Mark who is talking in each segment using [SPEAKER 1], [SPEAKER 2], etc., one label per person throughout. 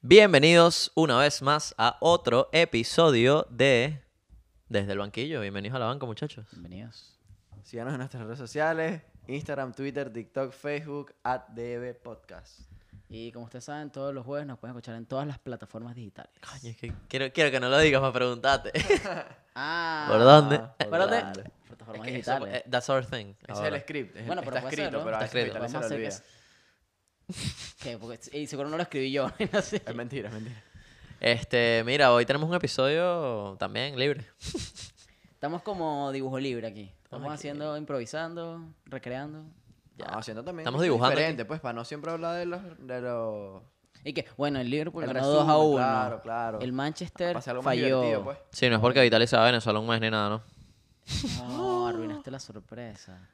[SPEAKER 1] Bienvenidos una vez más a otro episodio de Desde el Banquillo. Bienvenidos a la banca, muchachos.
[SPEAKER 2] Bienvenidos.
[SPEAKER 3] Síganos en nuestras redes sociales, Instagram, Twitter, TikTok, Facebook, at DB Podcast.
[SPEAKER 2] Y como ustedes saben, todos los jueves nos pueden escuchar en todas las plataformas digitales.
[SPEAKER 1] Coño, es que quiero, quiero que no lo digas para preguntarte.
[SPEAKER 2] Ah,
[SPEAKER 1] ¿Por dónde?
[SPEAKER 3] por
[SPEAKER 2] ¿Por dónde?
[SPEAKER 3] dónde?
[SPEAKER 1] Es
[SPEAKER 2] Plataformas
[SPEAKER 1] que eso,
[SPEAKER 2] digitales.
[SPEAKER 1] eh, that's our thing.
[SPEAKER 3] Ese es
[SPEAKER 1] ahora.
[SPEAKER 3] el script. es-
[SPEAKER 2] Bueno, pero
[SPEAKER 3] está
[SPEAKER 2] puede
[SPEAKER 3] escrito,
[SPEAKER 2] ser, ¿no?
[SPEAKER 3] pero a
[SPEAKER 1] Está
[SPEAKER 3] veces
[SPEAKER 1] escrito.
[SPEAKER 3] Vitale
[SPEAKER 2] Vamos
[SPEAKER 3] se
[SPEAKER 2] a
[SPEAKER 3] lo
[SPEAKER 2] hacer que
[SPEAKER 3] olvida.
[SPEAKER 2] ¿Qué? Porque, y seguro no lo escribí yo. no sé.
[SPEAKER 3] Es mentira, es mentira.
[SPEAKER 1] Este, mira, hoy tenemos un episodio también libre.
[SPEAKER 2] Estamos como dibujo libre aquí. Estamos
[SPEAKER 1] Ay, qué-
[SPEAKER 2] haciendo, improvisando, recreando.
[SPEAKER 1] Ya.
[SPEAKER 3] No, haciendo también
[SPEAKER 1] Estamos
[SPEAKER 3] es
[SPEAKER 1] dibujando
[SPEAKER 3] diferente, pues, para no siempre hablar de los... De los
[SPEAKER 2] Y que, bueno, el Liverpool
[SPEAKER 3] El
[SPEAKER 2] ganó 2 a
[SPEAKER 3] resumen,
[SPEAKER 2] 1.
[SPEAKER 3] claro, claro.
[SPEAKER 2] El Manchester
[SPEAKER 3] para hacer algo más divertido,
[SPEAKER 2] falló.
[SPEAKER 3] pues.
[SPEAKER 1] Sí, no es porque Vitali se va a Venezuela un mes ni nada, ¿no?
[SPEAKER 2] No, Oh, arruinaste la sorpresa.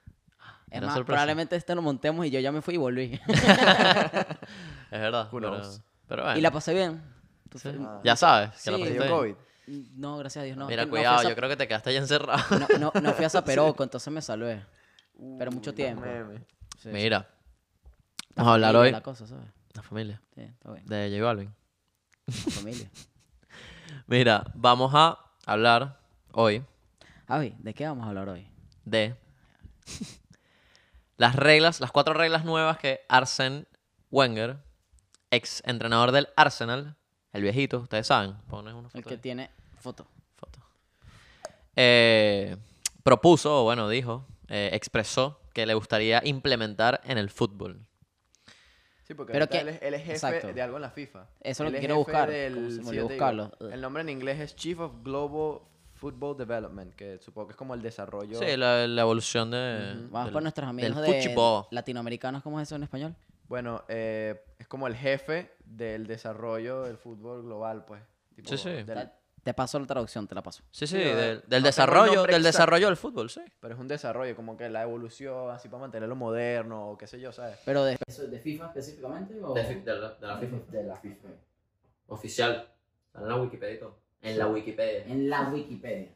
[SPEAKER 2] Es
[SPEAKER 1] Era
[SPEAKER 2] más,
[SPEAKER 1] sorpresa.
[SPEAKER 2] probablemente este lo montemos y yo ya me fui y volví.
[SPEAKER 1] Es verdad.
[SPEAKER 3] Who
[SPEAKER 1] Pero,
[SPEAKER 3] knows?
[SPEAKER 1] pero bueno.
[SPEAKER 2] Y la pasé bien. Tú
[SPEAKER 1] Sí.
[SPEAKER 2] fe-
[SPEAKER 1] Ya sabes. Que
[SPEAKER 2] Sí.
[SPEAKER 1] la
[SPEAKER 3] ¿Te
[SPEAKER 1] pasaste
[SPEAKER 3] dio
[SPEAKER 1] bien.
[SPEAKER 3] COVID?
[SPEAKER 2] No, gracias a Dios, no.
[SPEAKER 1] Mira,
[SPEAKER 2] Es que no fui a
[SPEAKER 1] cuidado,
[SPEAKER 2] Sa-
[SPEAKER 1] yo creo que te quedaste allá encerrado.
[SPEAKER 2] No, no, no fui a Zaperoco, entonces me salvé. Pero mucho
[SPEAKER 3] Uy,
[SPEAKER 2] tiempo.
[SPEAKER 3] no memes.
[SPEAKER 2] Sí, sí.
[SPEAKER 1] Mira,
[SPEAKER 2] La
[SPEAKER 1] vamos a hablar
[SPEAKER 2] familia,
[SPEAKER 1] hoy.
[SPEAKER 2] La cosa, ¿sabes?
[SPEAKER 1] la familia
[SPEAKER 2] Sí, está bien.
[SPEAKER 1] de J Balvin.
[SPEAKER 2] La familia.
[SPEAKER 1] Mira, vamos a hablar hoy
[SPEAKER 2] Avi, ¿de qué vamos a hablar hoy?
[SPEAKER 1] de las reglas, las cuatro reglas nuevas que Arsène Wenger, ex entrenador del Arsenal, el viejito, ustedes saben, pones una
[SPEAKER 2] El
[SPEAKER 1] foto,
[SPEAKER 2] que
[SPEAKER 1] ahí,
[SPEAKER 2] tiene foto.
[SPEAKER 1] foto. Eh, propuso, o bueno, dijo, eh, expresó que le gustaría implementar en el fútbol.
[SPEAKER 3] Sí, porque
[SPEAKER 2] Pero
[SPEAKER 3] ahorita
[SPEAKER 2] que-
[SPEAKER 3] él, es, él es jefe
[SPEAKER 2] exacto.
[SPEAKER 3] de algo en la FIFA.
[SPEAKER 2] Eso es lo
[SPEAKER 3] Él
[SPEAKER 2] que quiero
[SPEAKER 3] jefe
[SPEAKER 2] buscar,
[SPEAKER 3] del-
[SPEAKER 2] como se me
[SPEAKER 3] sí,
[SPEAKER 2] olvidó
[SPEAKER 3] yo te digo,
[SPEAKER 2] buscarlo.
[SPEAKER 3] el nombre en inglés es Chief of Global Football Development, que supongo que es como el desarrollo.
[SPEAKER 1] Sí, la, la evolución de...
[SPEAKER 2] Vamos
[SPEAKER 1] Eh, del-
[SPEAKER 2] por nuestros
[SPEAKER 1] del
[SPEAKER 2] amigos de
[SPEAKER 1] fútbol.
[SPEAKER 2] latinoamericanos, ¿cómo es eso en español?
[SPEAKER 3] Bueno, eh, es como el jefe del desarrollo del fútbol global, pues. Tipo,
[SPEAKER 1] Sí, sí.
[SPEAKER 3] del-
[SPEAKER 2] Te paso la traducción, te la paso.
[SPEAKER 1] Sí, sí,
[SPEAKER 3] Sí, o-
[SPEAKER 1] del,
[SPEAKER 3] no
[SPEAKER 1] del
[SPEAKER 3] tengo el
[SPEAKER 1] desarrollo,
[SPEAKER 3] nombre
[SPEAKER 1] del
[SPEAKER 3] exacto.
[SPEAKER 1] desarrollo del fútbol, sí.
[SPEAKER 3] pero es un desarrollo, como que la evolución, así para mantenerlo moderno, o qué sé yo, ¿sabes?
[SPEAKER 2] Pero de, de FIFA específicamente o la FIFA.
[SPEAKER 1] Oficial. en la Wikipedia En la Wikipedia.
[SPEAKER 2] En la Wikipedia.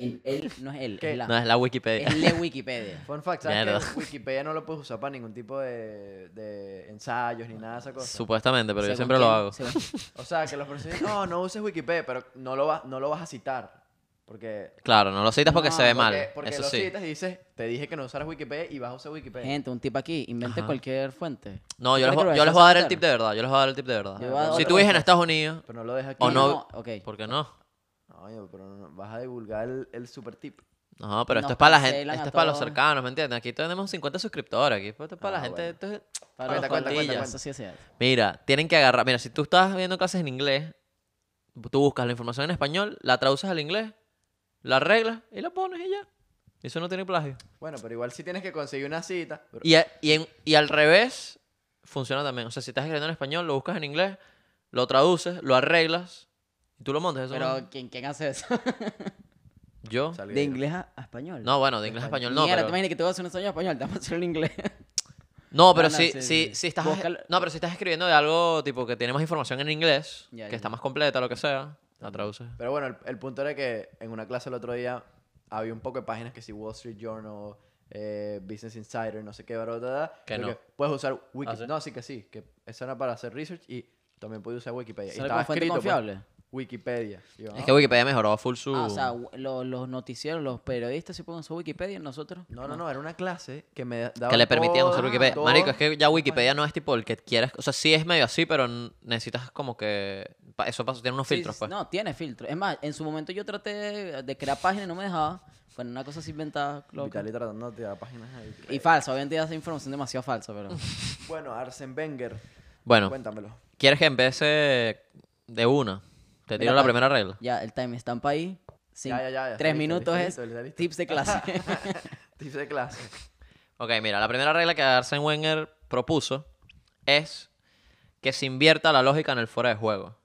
[SPEAKER 2] En el, no es él,
[SPEAKER 3] ¿Qué?
[SPEAKER 2] es la.
[SPEAKER 1] No, es la Wikipedia.
[SPEAKER 2] Es la Wikipedia.
[SPEAKER 3] Fun fact, ¿sabes
[SPEAKER 1] Mierda.
[SPEAKER 3] que Wikipedia no lo puedes usar para ningún tipo de, de ensayos ni nada de esa cosa?
[SPEAKER 1] Supuestamente, pero yo
[SPEAKER 2] Según
[SPEAKER 1] siempre lo
[SPEAKER 2] quién,
[SPEAKER 1] hago.
[SPEAKER 2] según-
[SPEAKER 3] O sea, que los profesores no, no uses Wikipedia, pero no lo, vas no lo vas a citar. Porque,
[SPEAKER 1] Claro, no lo citas Ah, porque
[SPEAKER 2] No,
[SPEAKER 1] se ve
[SPEAKER 3] porque,
[SPEAKER 1] mal.
[SPEAKER 3] porque
[SPEAKER 1] eso
[SPEAKER 3] lo
[SPEAKER 1] sí.
[SPEAKER 3] citas y dices, te dije que no usaras Wikipedia y vas a usar Wikipedia.
[SPEAKER 2] Gente, un tip aquí, invente
[SPEAKER 1] Ajá.
[SPEAKER 2] cualquier fuente.
[SPEAKER 1] No, yo les,
[SPEAKER 2] creo
[SPEAKER 1] voy-
[SPEAKER 2] que
[SPEAKER 1] yo
[SPEAKER 2] eso
[SPEAKER 1] les voy a dar el
[SPEAKER 2] aceptaron.
[SPEAKER 1] tip de verdad. Yo les voy a dar el tip de verdad.
[SPEAKER 2] Yo voy a dar
[SPEAKER 1] Si
[SPEAKER 2] otro
[SPEAKER 1] tú vives en
[SPEAKER 2] ejemplo.
[SPEAKER 1] Estados Unidos,
[SPEAKER 3] Pero no lo dejas aquí.
[SPEAKER 1] O no.
[SPEAKER 2] Ok.
[SPEAKER 1] ¿por qué no?
[SPEAKER 3] No, yo, pero no- vas a divulgar el, el super tip.
[SPEAKER 1] No, pero esto
[SPEAKER 2] Nos
[SPEAKER 1] es para la gente,
[SPEAKER 2] cancelan
[SPEAKER 1] esto
[SPEAKER 2] a
[SPEAKER 1] es para los
[SPEAKER 2] todos.
[SPEAKER 1] cercanos, ¿me entiendes? Aquí tenemos 50 suscriptores, aquí esto es para la
[SPEAKER 3] Ah,
[SPEAKER 1] gente,
[SPEAKER 3] bueno.
[SPEAKER 1] esto es-
[SPEAKER 2] Para los
[SPEAKER 3] Cuenta, cuenta,
[SPEAKER 2] cuantillas,
[SPEAKER 3] cuenta,
[SPEAKER 2] Eso sí es cierto.
[SPEAKER 1] Mira, tienen que agarrar, mira, si tú estás viendo clases en inglés, tú buscas la información en español, la traduces al inglés, la arreglas y la pones y ya. Eso no tiene plagio.
[SPEAKER 3] Bueno, pero igual sí tienes que conseguir una cita. pero-
[SPEAKER 1] Y, a- y en- y al revés funciona también. O sea, si estás escribiendo en español, lo buscas en inglés, lo traduces, lo arreglas y tú lo montas. Eso no-
[SPEAKER 2] Pero, ¿quién, ¿quién hace eso?
[SPEAKER 1] yo.
[SPEAKER 3] Salguero.
[SPEAKER 2] De inglés a, a español.
[SPEAKER 1] No, bueno, de inglés a español no.
[SPEAKER 2] Mierda,
[SPEAKER 1] Pero,
[SPEAKER 2] te imaginas que te vas a hacer un sueño español, te vas a hacer un inglés.
[SPEAKER 1] no, pero
[SPEAKER 2] No, no,
[SPEAKER 1] si, si,
[SPEAKER 2] sí, sí.
[SPEAKER 1] si estás,
[SPEAKER 2] Búscalo.
[SPEAKER 1] no, pero si estás escribiendo de algo tipo que tiene más información en inglés,
[SPEAKER 2] Ya,
[SPEAKER 1] que
[SPEAKER 2] ya,
[SPEAKER 1] está
[SPEAKER 2] ya.
[SPEAKER 1] más completa, lo que sea, la traduces.
[SPEAKER 3] Pero bueno, el, el punto era que en una clase el otro día había un poco de páginas que si Wall Street Journal, eh, Business Insider, no sé qué, bla, bla, bla,
[SPEAKER 1] Que
[SPEAKER 3] pero
[SPEAKER 1] no. Ah,
[SPEAKER 3] puedes usar Wikipedia.
[SPEAKER 1] ¿sí?
[SPEAKER 3] No, sí que sí, que eso era para hacer research y también puedes usar Wikipedia. Y
[SPEAKER 2] ¿Sale
[SPEAKER 3] estaba
[SPEAKER 2] con fuente
[SPEAKER 3] escrito pues,
[SPEAKER 2] confiable?
[SPEAKER 3] Wikipedia. Y yo,
[SPEAKER 1] Es
[SPEAKER 3] ah,
[SPEAKER 1] que Wikipedia mejoró full su...
[SPEAKER 2] Ah, o sea, w- lo- los noticieros, los periodistas se ponen su Wikipedia, nosotros.
[SPEAKER 3] no, no, no, era una clase que me daba
[SPEAKER 1] que le permitían usar Wikipedia. Marico, es que ya Wikipedia
[SPEAKER 3] páginas.
[SPEAKER 1] no es tipo el que quieras. O sea, sí es medio así, pero n- necesitas como que. pa- Eso pasa, tiene unos
[SPEAKER 2] Sí,
[SPEAKER 1] filtros,
[SPEAKER 2] sí,
[SPEAKER 1] pues.
[SPEAKER 2] No, tiene filtro. Es más, en su momento yo traté de, de crear páginas y no me dejaba. Fue una cosa así inventada. loca.
[SPEAKER 3] Vitali tratando de tirar páginas de Wikipedia.
[SPEAKER 2] Y falsa, obviamente ya esa información demasiado falsa, pero.
[SPEAKER 3] Bueno, Arsen Wenger,
[SPEAKER 1] Bueno,
[SPEAKER 3] cuéntamelo.
[SPEAKER 1] ¿quieres que empiece de una? Te tiro
[SPEAKER 2] Mira,
[SPEAKER 1] la
[SPEAKER 2] pa-
[SPEAKER 1] primera regla.
[SPEAKER 2] ya, el timestamp ahí. Sin,
[SPEAKER 3] Ya, ya, ya, ya, está
[SPEAKER 2] tres
[SPEAKER 3] listo,
[SPEAKER 2] minutos
[SPEAKER 3] listo,
[SPEAKER 2] es
[SPEAKER 3] listo, listo, listo.
[SPEAKER 2] tips de clase.
[SPEAKER 3] Tips de clase.
[SPEAKER 1] Ok, mira, la primera regla que Arsene Wenger propuso es que se invierta la lógica en el fuera de juego.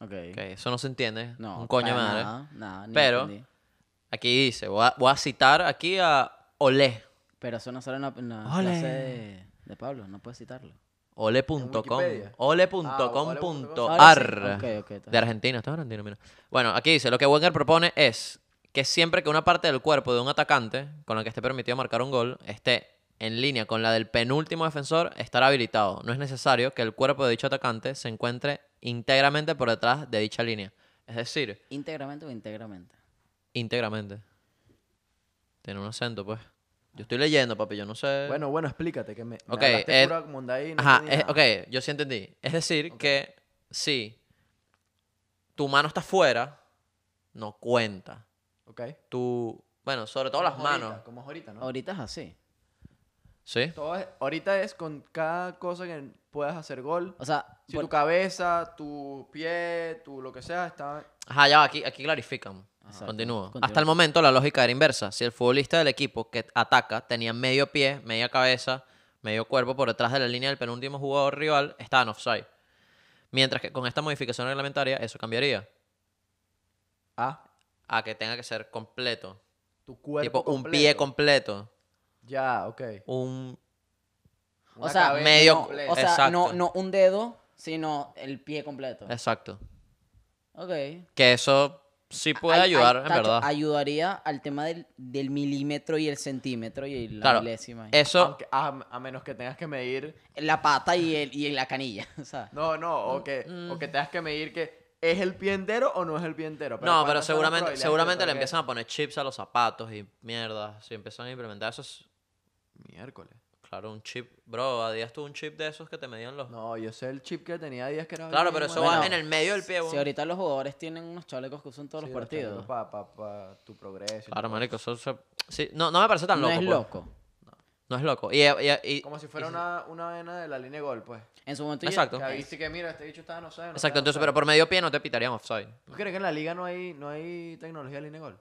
[SPEAKER 1] Ok, eso no se entiende.
[SPEAKER 2] No,
[SPEAKER 1] un coño de
[SPEAKER 2] para
[SPEAKER 1] madre.
[SPEAKER 2] Nada, nada, ni
[SPEAKER 1] Pero-
[SPEAKER 2] entendí.
[SPEAKER 1] Aquí dice, voy a, voy a citar aquí a Olé.
[SPEAKER 2] Pero eso no sale en la, en la
[SPEAKER 1] Ole.
[SPEAKER 2] clase de, de Pablo, no puedes citarlo.
[SPEAKER 1] Ole.com.
[SPEAKER 3] Wikipedia?
[SPEAKER 1] Ole.com.ar.
[SPEAKER 2] Ahora sí, ok, ok,
[SPEAKER 1] De
[SPEAKER 2] está bien.
[SPEAKER 1] Argentina, esto es argentino, mira. Bueno, aquí dice, lo que Wenger propone es que siempre que una parte del cuerpo de un atacante con la que esté permitido marcar un gol esté en línea con la del penúltimo defensor, estará habilitado. No es necesario que el cuerpo de dicho atacante se encuentre íntegramente por detrás de dicha línea. Es decir,
[SPEAKER 2] ¿Íntegramente o íntegramente?
[SPEAKER 1] íntegramente. Tiene un acento, pues. Yo estoy leyendo, papi, yo no sé.
[SPEAKER 3] Bueno, bueno, explícate que me, me
[SPEAKER 1] Ok,
[SPEAKER 3] hablaste
[SPEAKER 1] eh,
[SPEAKER 3] pura mundaí, no
[SPEAKER 1] Ajá, eh,
[SPEAKER 3] entendí
[SPEAKER 1] es,
[SPEAKER 3] nada.
[SPEAKER 1] ok, yo sí entendí. Es decir, que si tu mano está fuera, no cuenta.
[SPEAKER 3] Ok.
[SPEAKER 1] Tu. Bueno, sobre todo las
[SPEAKER 3] Como ahorita,
[SPEAKER 1] manos.
[SPEAKER 3] Como es ahorita, ¿no?
[SPEAKER 2] Ahorita es así.
[SPEAKER 1] ¿Sí?
[SPEAKER 3] Todo es- ahorita es con cada cosa que puedas hacer gol.
[SPEAKER 2] O sea,
[SPEAKER 3] Si
[SPEAKER 2] por-
[SPEAKER 3] tu cabeza, tu pie, tu lo que sea, está...
[SPEAKER 1] Ajá, ya va, aquí, aquí clarifican.
[SPEAKER 2] Exacto.
[SPEAKER 1] Continúa.
[SPEAKER 2] Continúa.
[SPEAKER 1] Hasta el momento la lógica era inversa. Si el futbolista del equipo que ataca tenía medio pie, media cabeza, medio cuerpo por detrás de la línea del penúltimo jugador rival, estaba en offside. Mientras que con esta modificación reglamentaria eso cambiaría
[SPEAKER 3] Ah,
[SPEAKER 1] a que tenga que ser completo.
[SPEAKER 3] tu cuerpo
[SPEAKER 1] tipo un pie
[SPEAKER 3] completo.
[SPEAKER 1] completo,
[SPEAKER 3] Ya, ok.
[SPEAKER 1] un
[SPEAKER 2] o
[SPEAKER 3] Una
[SPEAKER 2] sea,
[SPEAKER 3] cabeza
[SPEAKER 1] medio-
[SPEAKER 2] no,
[SPEAKER 3] completa.
[SPEAKER 2] o sea, no,
[SPEAKER 1] Exacto.
[SPEAKER 2] no un dedo, sino el pie completo.
[SPEAKER 1] exacto.
[SPEAKER 2] Ok.
[SPEAKER 1] Que eso sí puede
[SPEAKER 2] Ay-
[SPEAKER 1] ayudar
[SPEAKER 2] ay,
[SPEAKER 1] en
[SPEAKER 2] tacho,
[SPEAKER 1] verdad.
[SPEAKER 2] Ayudaría al tema del, del milímetro y el centímetro y la
[SPEAKER 1] Claro,
[SPEAKER 2] milésima. y-
[SPEAKER 1] Eso
[SPEAKER 3] Aunque- a, a menos que tengas que medir...
[SPEAKER 2] La pata y, el, y la canilla. o sea.
[SPEAKER 3] No, no,
[SPEAKER 1] Mm,
[SPEAKER 3] o que, o que tengas que medir que es el pie entero o no es el pie entero.
[SPEAKER 1] no, pero
[SPEAKER 3] ¿cuántas son las
[SPEAKER 1] seguramente,
[SPEAKER 3] probabilidades que
[SPEAKER 1] seguramente le
[SPEAKER 3] salga eso?
[SPEAKER 1] empiezan a poner chips a los zapatos y mierda. Si empiezan a implementar eso, es-
[SPEAKER 3] Miércoles.
[SPEAKER 1] claro, un chip. Bro, Adidas tuvo un chip de esos que te medían los.
[SPEAKER 3] No, yo sé el chip que tenía días que era...
[SPEAKER 1] claro, pero eso
[SPEAKER 2] bueno.
[SPEAKER 1] va en el medio del pie,
[SPEAKER 2] Si
[SPEAKER 1] weón.
[SPEAKER 2] ahorita los jugadores tienen unos chalecos que usan todos los partidos.
[SPEAKER 3] Para tu progreso. y tu
[SPEAKER 1] Claro, marico, eso. eso- sí, no, no me parece tan
[SPEAKER 2] no
[SPEAKER 1] loco.
[SPEAKER 2] es
[SPEAKER 1] pues.
[SPEAKER 2] loco.
[SPEAKER 1] No es loco. Y, y- y-
[SPEAKER 3] Como si fuera una, una vena de la línea de gol, pues.
[SPEAKER 2] En su momento. ya-
[SPEAKER 1] Exacto.
[SPEAKER 3] Que viste que mira, este bicho está no sé. No
[SPEAKER 1] exacto, entonces, pero por medio pie no te pitarían offside.
[SPEAKER 3] ¿Tú crees que en la liga no hay, no hay tecnología de línea de gol?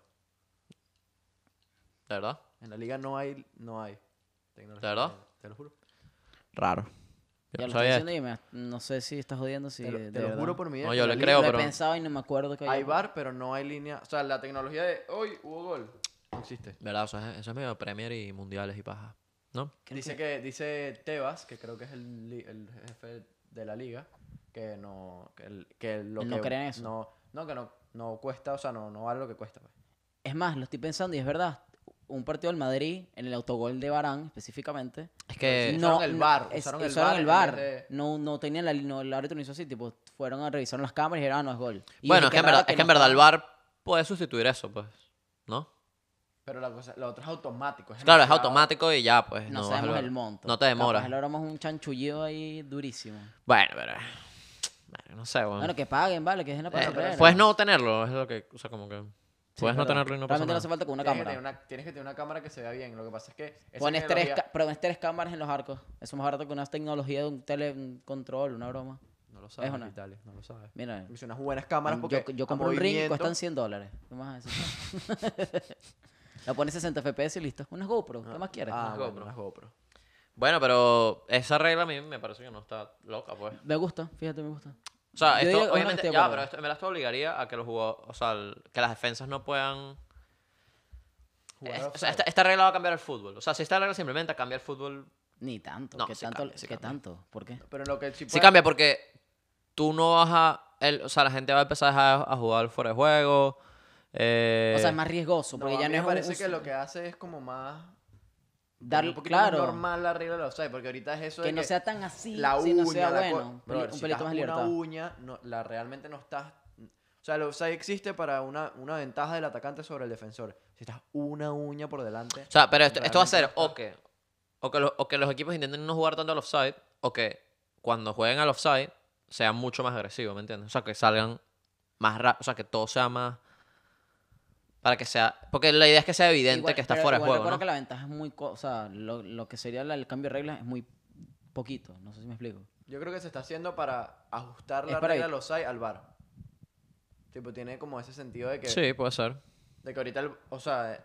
[SPEAKER 1] ¿De verdad?
[SPEAKER 3] En la liga no hay, no hay tecnología.
[SPEAKER 1] ¿De verdad?
[SPEAKER 3] línea de gol, Te lo juro.
[SPEAKER 1] Raro.
[SPEAKER 2] ya
[SPEAKER 1] Yo no
[SPEAKER 2] lo estoy
[SPEAKER 1] sabía.
[SPEAKER 2] diciendo y me- no sé si estás jodiendo. Si
[SPEAKER 3] Te lo,
[SPEAKER 2] de
[SPEAKER 3] te lo
[SPEAKER 2] verdad.
[SPEAKER 3] juro por mi vida.
[SPEAKER 1] No,
[SPEAKER 3] que
[SPEAKER 1] yo le
[SPEAKER 3] la
[SPEAKER 2] Lo-
[SPEAKER 3] liga-
[SPEAKER 1] creo,
[SPEAKER 2] lo he
[SPEAKER 1] pero-
[SPEAKER 2] pensado y no me acuerdo que
[SPEAKER 3] Hay
[SPEAKER 2] haya-
[SPEAKER 3] bar, pero no hay línea. O sea, la tecnología de hoy hubo gol. No existe.
[SPEAKER 1] ¿Verdad? Eso es, eso es medio Premier y mundiales y paja. ¿No?
[SPEAKER 3] Dice que, dice Tebas, que creo que es el, li- el jefe de la liga, que no, que, el- que lo
[SPEAKER 2] Él
[SPEAKER 3] que
[SPEAKER 2] no cree en eso.
[SPEAKER 3] No, no, que no, no cuesta, o sea, no, no vale lo que cuesta. pues.
[SPEAKER 2] Es más, lo estoy pensando y es verdad. Un partido del Madrid, en el autogol de Barán específicamente.
[SPEAKER 1] Es que.
[SPEAKER 3] usaron el VAR, usaron el VAR en
[SPEAKER 2] VAR.
[SPEAKER 3] vez de-
[SPEAKER 2] No, no tenían la, no, el árbitro no hizo así, tipo, fueron a revisar las cámaras y dijeron, ah, no es gol. Y
[SPEAKER 1] bueno,
[SPEAKER 2] dije,
[SPEAKER 1] es que,
[SPEAKER 2] qué
[SPEAKER 1] en
[SPEAKER 2] raro
[SPEAKER 1] verdad, es que en
[SPEAKER 2] no
[SPEAKER 1] verdad el
[SPEAKER 2] estaba.
[SPEAKER 1] bar puede sustituir eso, pues. ¿No?
[SPEAKER 3] Pero la, cosa, la otra es automático. es
[SPEAKER 1] Claro, es
[SPEAKER 3] demasiado-
[SPEAKER 1] automático y ya, pues.
[SPEAKER 2] No
[SPEAKER 1] vas
[SPEAKER 2] sabemos
[SPEAKER 1] al
[SPEAKER 2] el
[SPEAKER 1] VAR.
[SPEAKER 2] monto.
[SPEAKER 1] No te demoras.
[SPEAKER 2] Capaz logramos un chanchullido ahí durísimo.
[SPEAKER 1] Bueno, pero. bueno, no sé, bueno.
[SPEAKER 2] Bueno, que paguen, vale, que dejen la
[SPEAKER 1] Eh,
[SPEAKER 2] carrera.
[SPEAKER 1] puedes no tenerlo, es lo que. O sea, como que. Puedes no
[SPEAKER 2] Perdón.
[SPEAKER 1] tenerlo y no pasa
[SPEAKER 2] Realmente no hace
[SPEAKER 1] nada.
[SPEAKER 2] falta con una
[SPEAKER 3] Tienes que,
[SPEAKER 2] cámara.
[SPEAKER 3] tener una, tienes que tener una cámara que se vea bien. Lo que pasa es que. esa
[SPEAKER 2] Pones tres,
[SPEAKER 3] tecnología-
[SPEAKER 2] ca- pones tres cámaras en los arcos. Eso es más barato que una tecnología de un telecontrol, una broma.
[SPEAKER 3] No lo sabes,
[SPEAKER 2] ¿Es o no?
[SPEAKER 3] Italia, no lo sabes.
[SPEAKER 2] Mira,
[SPEAKER 3] Hice unas buenas cámaras
[SPEAKER 2] yo-
[SPEAKER 3] porque.
[SPEAKER 2] yo,
[SPEAKER 3] a
[SPEAKER 2] compré un ring,
[SPEAKER 3] movimiento-
[SPEAKER 2] cuestan 100 dólares. ¿Qué más es eso? La pones 60 FPS y listo. Unas GoPro, ¿qué más quieres?
[SPEAKER 3] Ah,
[SPEAKER 1] Unas
[SPEAKER 3] bueno,
[SPEAKER 1] GoPro.
[SPEAKER 3] unas GoPro.
[SPEAKER 1] Bueno, pero esa regla a mí me parece que no está loca, pues.
[SPEAKER 2] Me gusta, fíjate, me gusta.
[SPEAKER 1] O sea,
[SPEAKER 2] Yo diría
[SPEAKER 1] esto
[SPEAKER 2] que una
[SPEAKER 1] obviamente.
[SPEAKER 2] cuestión
[SPEAKER 1] Ya,
[SPEAKER 2] bárbara.
[SPEAKER 1] pero esto, en verdad esto obligaría a que los jugadores. O sea, el- que las defensas no puedan.
[SPEAKER 3] Jugar
[SPEAKER 1] Es- o sea,
[SPEAKER 3] offside.
[SPEAKER 1] esta, esta regla va a cambiar el fútbol. O sea, si esta regla se implementa, cambia el fútbol.
[SPEAKER 2] Ni tanto.
[SPEAKER 1] No,
[SPEAKER 2] ¿Qué
[SPEAKER 1] sí
[SPEAKER 2] tanto?
[SPEAKER 1] cambia, sí
[SPEAKER 2] ¿Qué
[SPEAKER 1] cambia.
[SPEAKER 2] tanto? ¿Por qué?
[SPEAKER 3] Pero lo que sí
[SPEAKER 1] Sí
[SPEAKER 2] Pues
[SPEAKER 3] puede-
[SPEAKER 1] cambia porque tú no vas a. el- o sea, la gente va a empezar a dejar a jugar fuera de juego. eh,
[SPEAKER 2] o sea, es más riesgoso,
[SPEAKER 3] No,
[SPEAKER 2] porque
[SPEAKER 3] a
[SPEAKER 2] ya
[SPEAKER 3] mí
[SPEAKER 2] no es
[SPEAKER 3] me
[SPEAKER 2] un
[SPEAKER 3] parece
[SPEAKER 2] uso-
[SPEAKER 3] que lo que hace es como más.
[SPEAKER 2] dar,
[SPEAKER 3] poner un poquito más
[SPEAKER 2] claro,
[SPEAKER 3] normal la regla de los offside, porque ahorita es eso
[SPEAKER 2] que
[SPEAKER 3] de
[SPEAKER 2] no sea tan así,
[SPEAKER 3] la uña,
[SPEAKER 2] sino sea
[SPEAKER 3] la co-
[SPEAKER 2] bueno, un peli-
[SPEAKER 3] Brother,
[SPEAKER 2] un
[SPEAKER 3] si
[SPEAKER 2] pelito
[SPEAKER 3] estás
[SPEAKER 2] más
[SPEAKER 3] con
[SPEAKER 2] libertad.
[SPEAKER 3] Una uña, no, la realmente no estás. O sea, el offside existe para una, una ventaja del atacante sobre el defensor. Si estás una uña por delante.
[SPEAKER 1] O sea, pero esto, esto va a
[SPEAKER 3] Realmente
[SPEAKER 1] ser o que, o, que los, o que los equipos intenten no jugar tanto al offside, o que cuando jueguen al offside sean mucho más agresivos, ¿me entiendes? O sea, que salgan más rápido, o sea, que todo sea más... Para que sea... Porque la idea es que sea evidente
[SPEAKER 2] Igual-
[SPEAKER 1] que está
[SPEAKER 2] pero
[SPEAKER 1] fuera de
[SPEAKER 2] igual
[SPEAKER 1] juego,
[SPEAKER 2] recuerda
[SPEAKER 1] ¿no?
[SPEAKER 2] que la ventaja es muy, co- o sea, lo, lo que sería la- el cambio de reglas es muy poquito, no sé si me explico.
[SPEAKER 3] Yo creo que se está haciendo para ajustar
[SPEAKER 2] Es
[SPEAKER 3] la
[SPEAKER 2] para
[SPEAKER 3] regla
[SPEAKER 2] evi-
[SPEAKER 3] de los offside al bar. Tipo, tiene como ese sentido de que,
[SPEAKER 1] Sí, puede ser.
[SPEAKER 3] de que ahorita, el- o sea,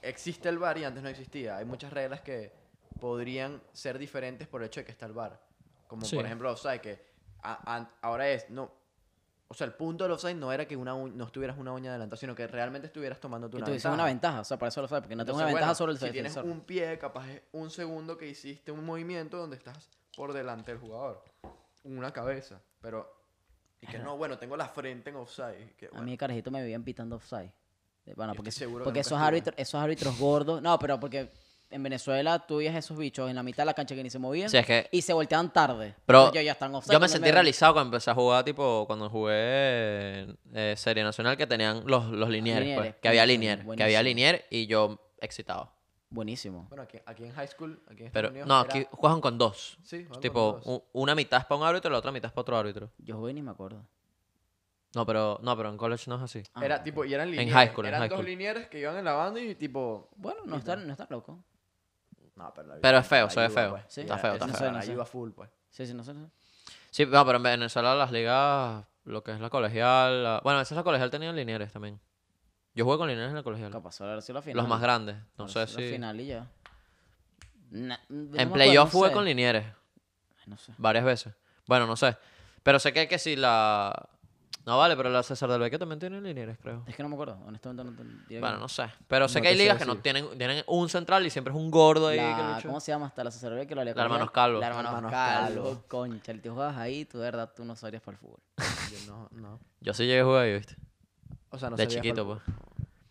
[SPEAKER 3] existe el bar y antes no existía. Hay muchas reglas que podrían ser diferentes por el hecho de que está el bar. Como
[SPEAKER 1] Sí.
[SPEAKER 3] por ejemplo, offside, que a- an- ahora es, no. O sea, el punto del offside no era que una uñ- no estuvieras una uña adelantada, sino que realmente estuvieras tomando tu
[SPEAKER 2] Que tuviese una ventaja, o sea, para eso lo sabes, porque no tengo una
[SPEAKER 3] Entonces,
[SPEAKER 2] ventaja
[SPEAKER 3] bueno,
[SPEAKER 2] sobre el
[SPEAKER 3] Si tienes
[SPEAKER 2] defensor.
[SPEAKER 3] un pie, capaz es un segundo que hiciste un movimiento donde estás por delante del jugador. Una cabeza. Pero. Y que no, bueno, tengo la frente en offside. Que,
[SPEAKER 2] A mí de
[SPEAKER 3] bueno,
[SPEAKER 2] carajito me vivían pitando offside. Eh, Bueno,
[SPEAKER 3] Yo
[SPEAKER 2] porque,
[SPEAKER 3] estoy seguro que
[SPEAKER 2] porque
[SPEAKER 3] nunca
[SPEAKER 2] esos,
[SPEAKER 3] estuve.
[SPEAKER 2] árbitros, esos árbitros gordos, no, pero porque en Venezuela tú veías esos bichos en la mitad de la cancha que ni se movían
[SPEAKER 1] Sí, es que-
[SPEAKER 2] y se volteaban tarde.
[SPEAKER 1] Pero
[SPEAKER 2] Entonces, ya están offside
[SPEAKER 1] Yo me
[SPEAKER 2] cuando
[SPEAKER 1] sentí realizado cuando empecé a jugar, tipo, cuando jugué eh, Serie Nacional, que tenían los, los lineares, pues,
[SPEAKER 2] Lineares,
[SPEAKER 1] que había
[SPEAKER 2] buenísimo,
[SPEAKER 1] linier, que había
[SPEAKER 2] buenísimo.
[SPEAKER 1] linier y yo excitado.
[SPEAKER 2] Buenísimo.
[SPEAKER 3] Bueno, aquí, aquí en high school, aquí en Estados
[SPEAKER 1] Pero,
[SPEAKER 3] Unidos
[SPEAKER 1] no,
[SPEAKER 3] era-
[SPEAKER 1] aquí juegan con dos.
[SPEAKER 3] Sí, juegan con
[SPEAKER 1] tipo,
[SPEAKER 3] dos.
[SPEAKER 1] u- una mitad es para un árbitro y la otra mitad es para otro árbitro.
[SPEAKER 2] Yo jugué y ni me acuerdo.
[SPEAKER 1] No, pero, no, pero en college no es así.
[SPEAKER 2] Ah,
[SPEAKER 3] Era tipo, y eran linieres.
[SPEAKER 1] high school, en
[SPEAKER 3] eran
[SPEAKER 1] high
[SPEAKER 3] dos
[SPEAKER 1] school.
[SPEAKER 3] linieres que iban en la banda y tipo.
[SPEAKER 2] Bueno, no está, no está loco.
[SPEAKER 3] No, pero, la-
[SPEAKER 1] Pero es feo,
[SPEAKER 3] la
[SPEAKER 1] se ve
[SPEAKER 3] ayuda,
[SPEAKER 1] feo.
[SPEAKER 3] pues.
[SPEAKER 2] Sí.
[SPEAKER 1] Está
[SPEAKER 3] La-
[SPEAKER 1] feo,
[SPEAKER 2] eso
[SPEAKER 1] está
[SPEAKER 2] no
[SPEAKER 1] feo.
[SPEAKER 2] sé,
[SPEAKER 3] La
[SPEAKER 2] sé.
[SPEAKER 3] ayuda full, pues.
[SPEAKER 2] Sí, sí, no sé. no sé.
[SPEAKER 1] Sí, no, pero en Venezuela las ligas, lo que es la colegial, la- bueno, esa es la colegial tenían lineares también. Yo jugué con lineares en la colegial.
[SPEAKER 2] Capaz ahora sí la final.
[SPEAKER 1] Los más grandes, no
[SPEAKER 2] Ahora
[SPEAKER 1] sé
[SPEAKER 2] sí La
[SPEAKER 1] si...
[SPEAKER 2] final y ya. Na- no me
[SPEAKER 1] En
[SPEAKER 2] acuerdo,
[SPEAKER 1] playoff
[SPEAKER 2] no
[SPEAKER 1] jugué
[SPEAKER 2] sé.
[SPEAKER 1] con lineares.
[SPEAKER 2] Ay, No sé.
[SPEAKER 1] Varias veces. Bueno, no sé. Pero sé que, que si la. No vale, pero la César del Vecchio también tiene lineares, creo.
[SPEAKER 2] Es que no me acuerdo. Honestamente no te diría que
[SPEAKER 1] Bueno,
[SPEAKER 2] no.
[SPEAKER 1] no sé. Pero sé
[SPEAKER 3] No
[SPEAKER 1] que hay
[SPEAKER 3] te sé
[SPEAKER 1] ligas que no
[SPEAKER 3] decir.
[SPEAKER 1] tienen, tienen un central y siempre es un gordo ahí que
[SPEAKER 2] La-
[SPEAKER 1] lucha.
[SPEAKER 2] ¿Cómo se llama hasta la sacerdote que lo haría
[SPEAKER 1] La Hermanos Calvo.
[SPEAKER 2] La hermanos,
[SPEAKER 3] Hermanos
[SPEAKER 2] calvo.
[SPEAKER 3] Calvo.
[SPEAKER 2] Concha, el tío jugabas ahí, tú de verdad, tú no sabrías para el fútbol.
[SPEAKER 3] Yo no, no.
[SPEAKER 1] Yo sí llegué a jugar ahí, ¿viste?
[SPEAKER 3] O sea, no
[SPEAKER 1] de
[SPEAKER 3] sabía
[SPEAKER 1] chiquito,
[SPEAKER 3] fútbol.
[SPEAKER 1] pues.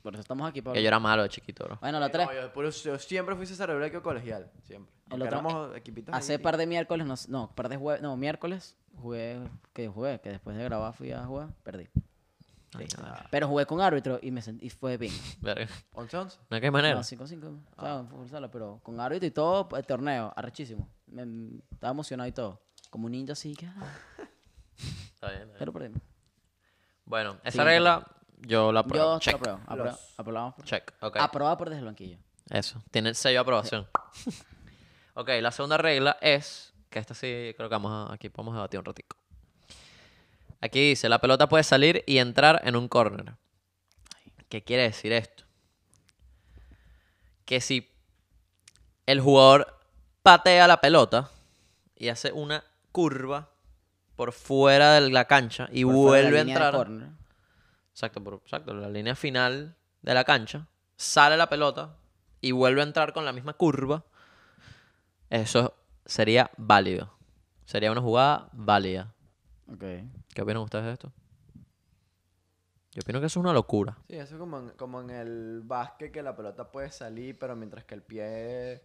[SPEAKER 2] Por eso estamos aquí, Pablo.
[SPEAKER 1] Que yo era malo de chiquito, bro.
[SPEAKER 2] Bueno, la
[SPEAKER 3] Sí,
[SPEAKER 2] otra
[SPEAKER 3] no, yo, pero yo siempre fui César Obrequio colegial. Siempre. Aunque
[SPEAKER 2] otro-
[SPEAKER 3] éramos equipitos.
[SPEAKER 2] Hace
[SPEAKER 3] ahí.
[SPEAKER 2] par de miércoles, no, s- no, par de jueves, no, miércoles jugué, que yo jugué, que después de grabar fui a jugar, perdí.
[SPEAKER 1] Ay, nada,
[SPEAKER 2] Pero jugué con árbitro y me sent- y fue bien.
[SPEAKER 1] verga.
[SPEAKER 3] 11-11.
[SPEAKER 1] No hay que manera.
[SPEAKER 2] No, 5-5, o sea, en fútbol sala, pero con árbitro y todo, el torneo, arrechísimo. Me- m- estaba emocionado y todo. Como un ninja así que, ah,
[SPEAKER 1] Está bien, está bien.
[SPEAKER 2] pero perdimos.
[SPEAKER 1] Bueno, esa
[SPEAKER 2] Siguiente.
[SPEAKER 1] regla yo la
[SPEAKER 2] Yo
[SPEAKER 1] apruebo.
[SPEAKER 2] te
[SPEAKER 1] Check.
[SPEAKER 2] lo apruebo, apruebo, aprobamos por-
[SPEAKER 1] Check. Ok.
[SPEAKER 2] aprobado por desde el banquillo.
[SPEAKER 1] Eso. Tiene el sello de aprobación. ok, la segunda regla es, que esta sí creo que vamos a, aquí vamos a debatir un ratico. Aquí dice, la pelota puede salir y entrar en un córner. ¿Qué quiere decir esto? Que si el jugador patea la pelota y hace una curva por fuera de la cancha y
[SPEAKER 2] Por fuera de la
[SPEAKER 1] vuelve a
[SPEAKER 2] línea de
[SPEAKER 1] entrar.
[SPEAKER 2] córner.
[SPEAKER 1] Exacto, por, exacto. La línea final de la cancha. Sale la pelota y vuelve a entrar con la misma curva. Eso sería válido. Sería una jugada válida.
[SPEAKER 2] Ok.
[SPEAKER 1] ¿Qué opinan ustedes de esto? Yo opino que eso es una locura.
[SPEAKER 3] Sí, eso es como en, como en el básquet que la pelota puede salir, pero mientras que el pie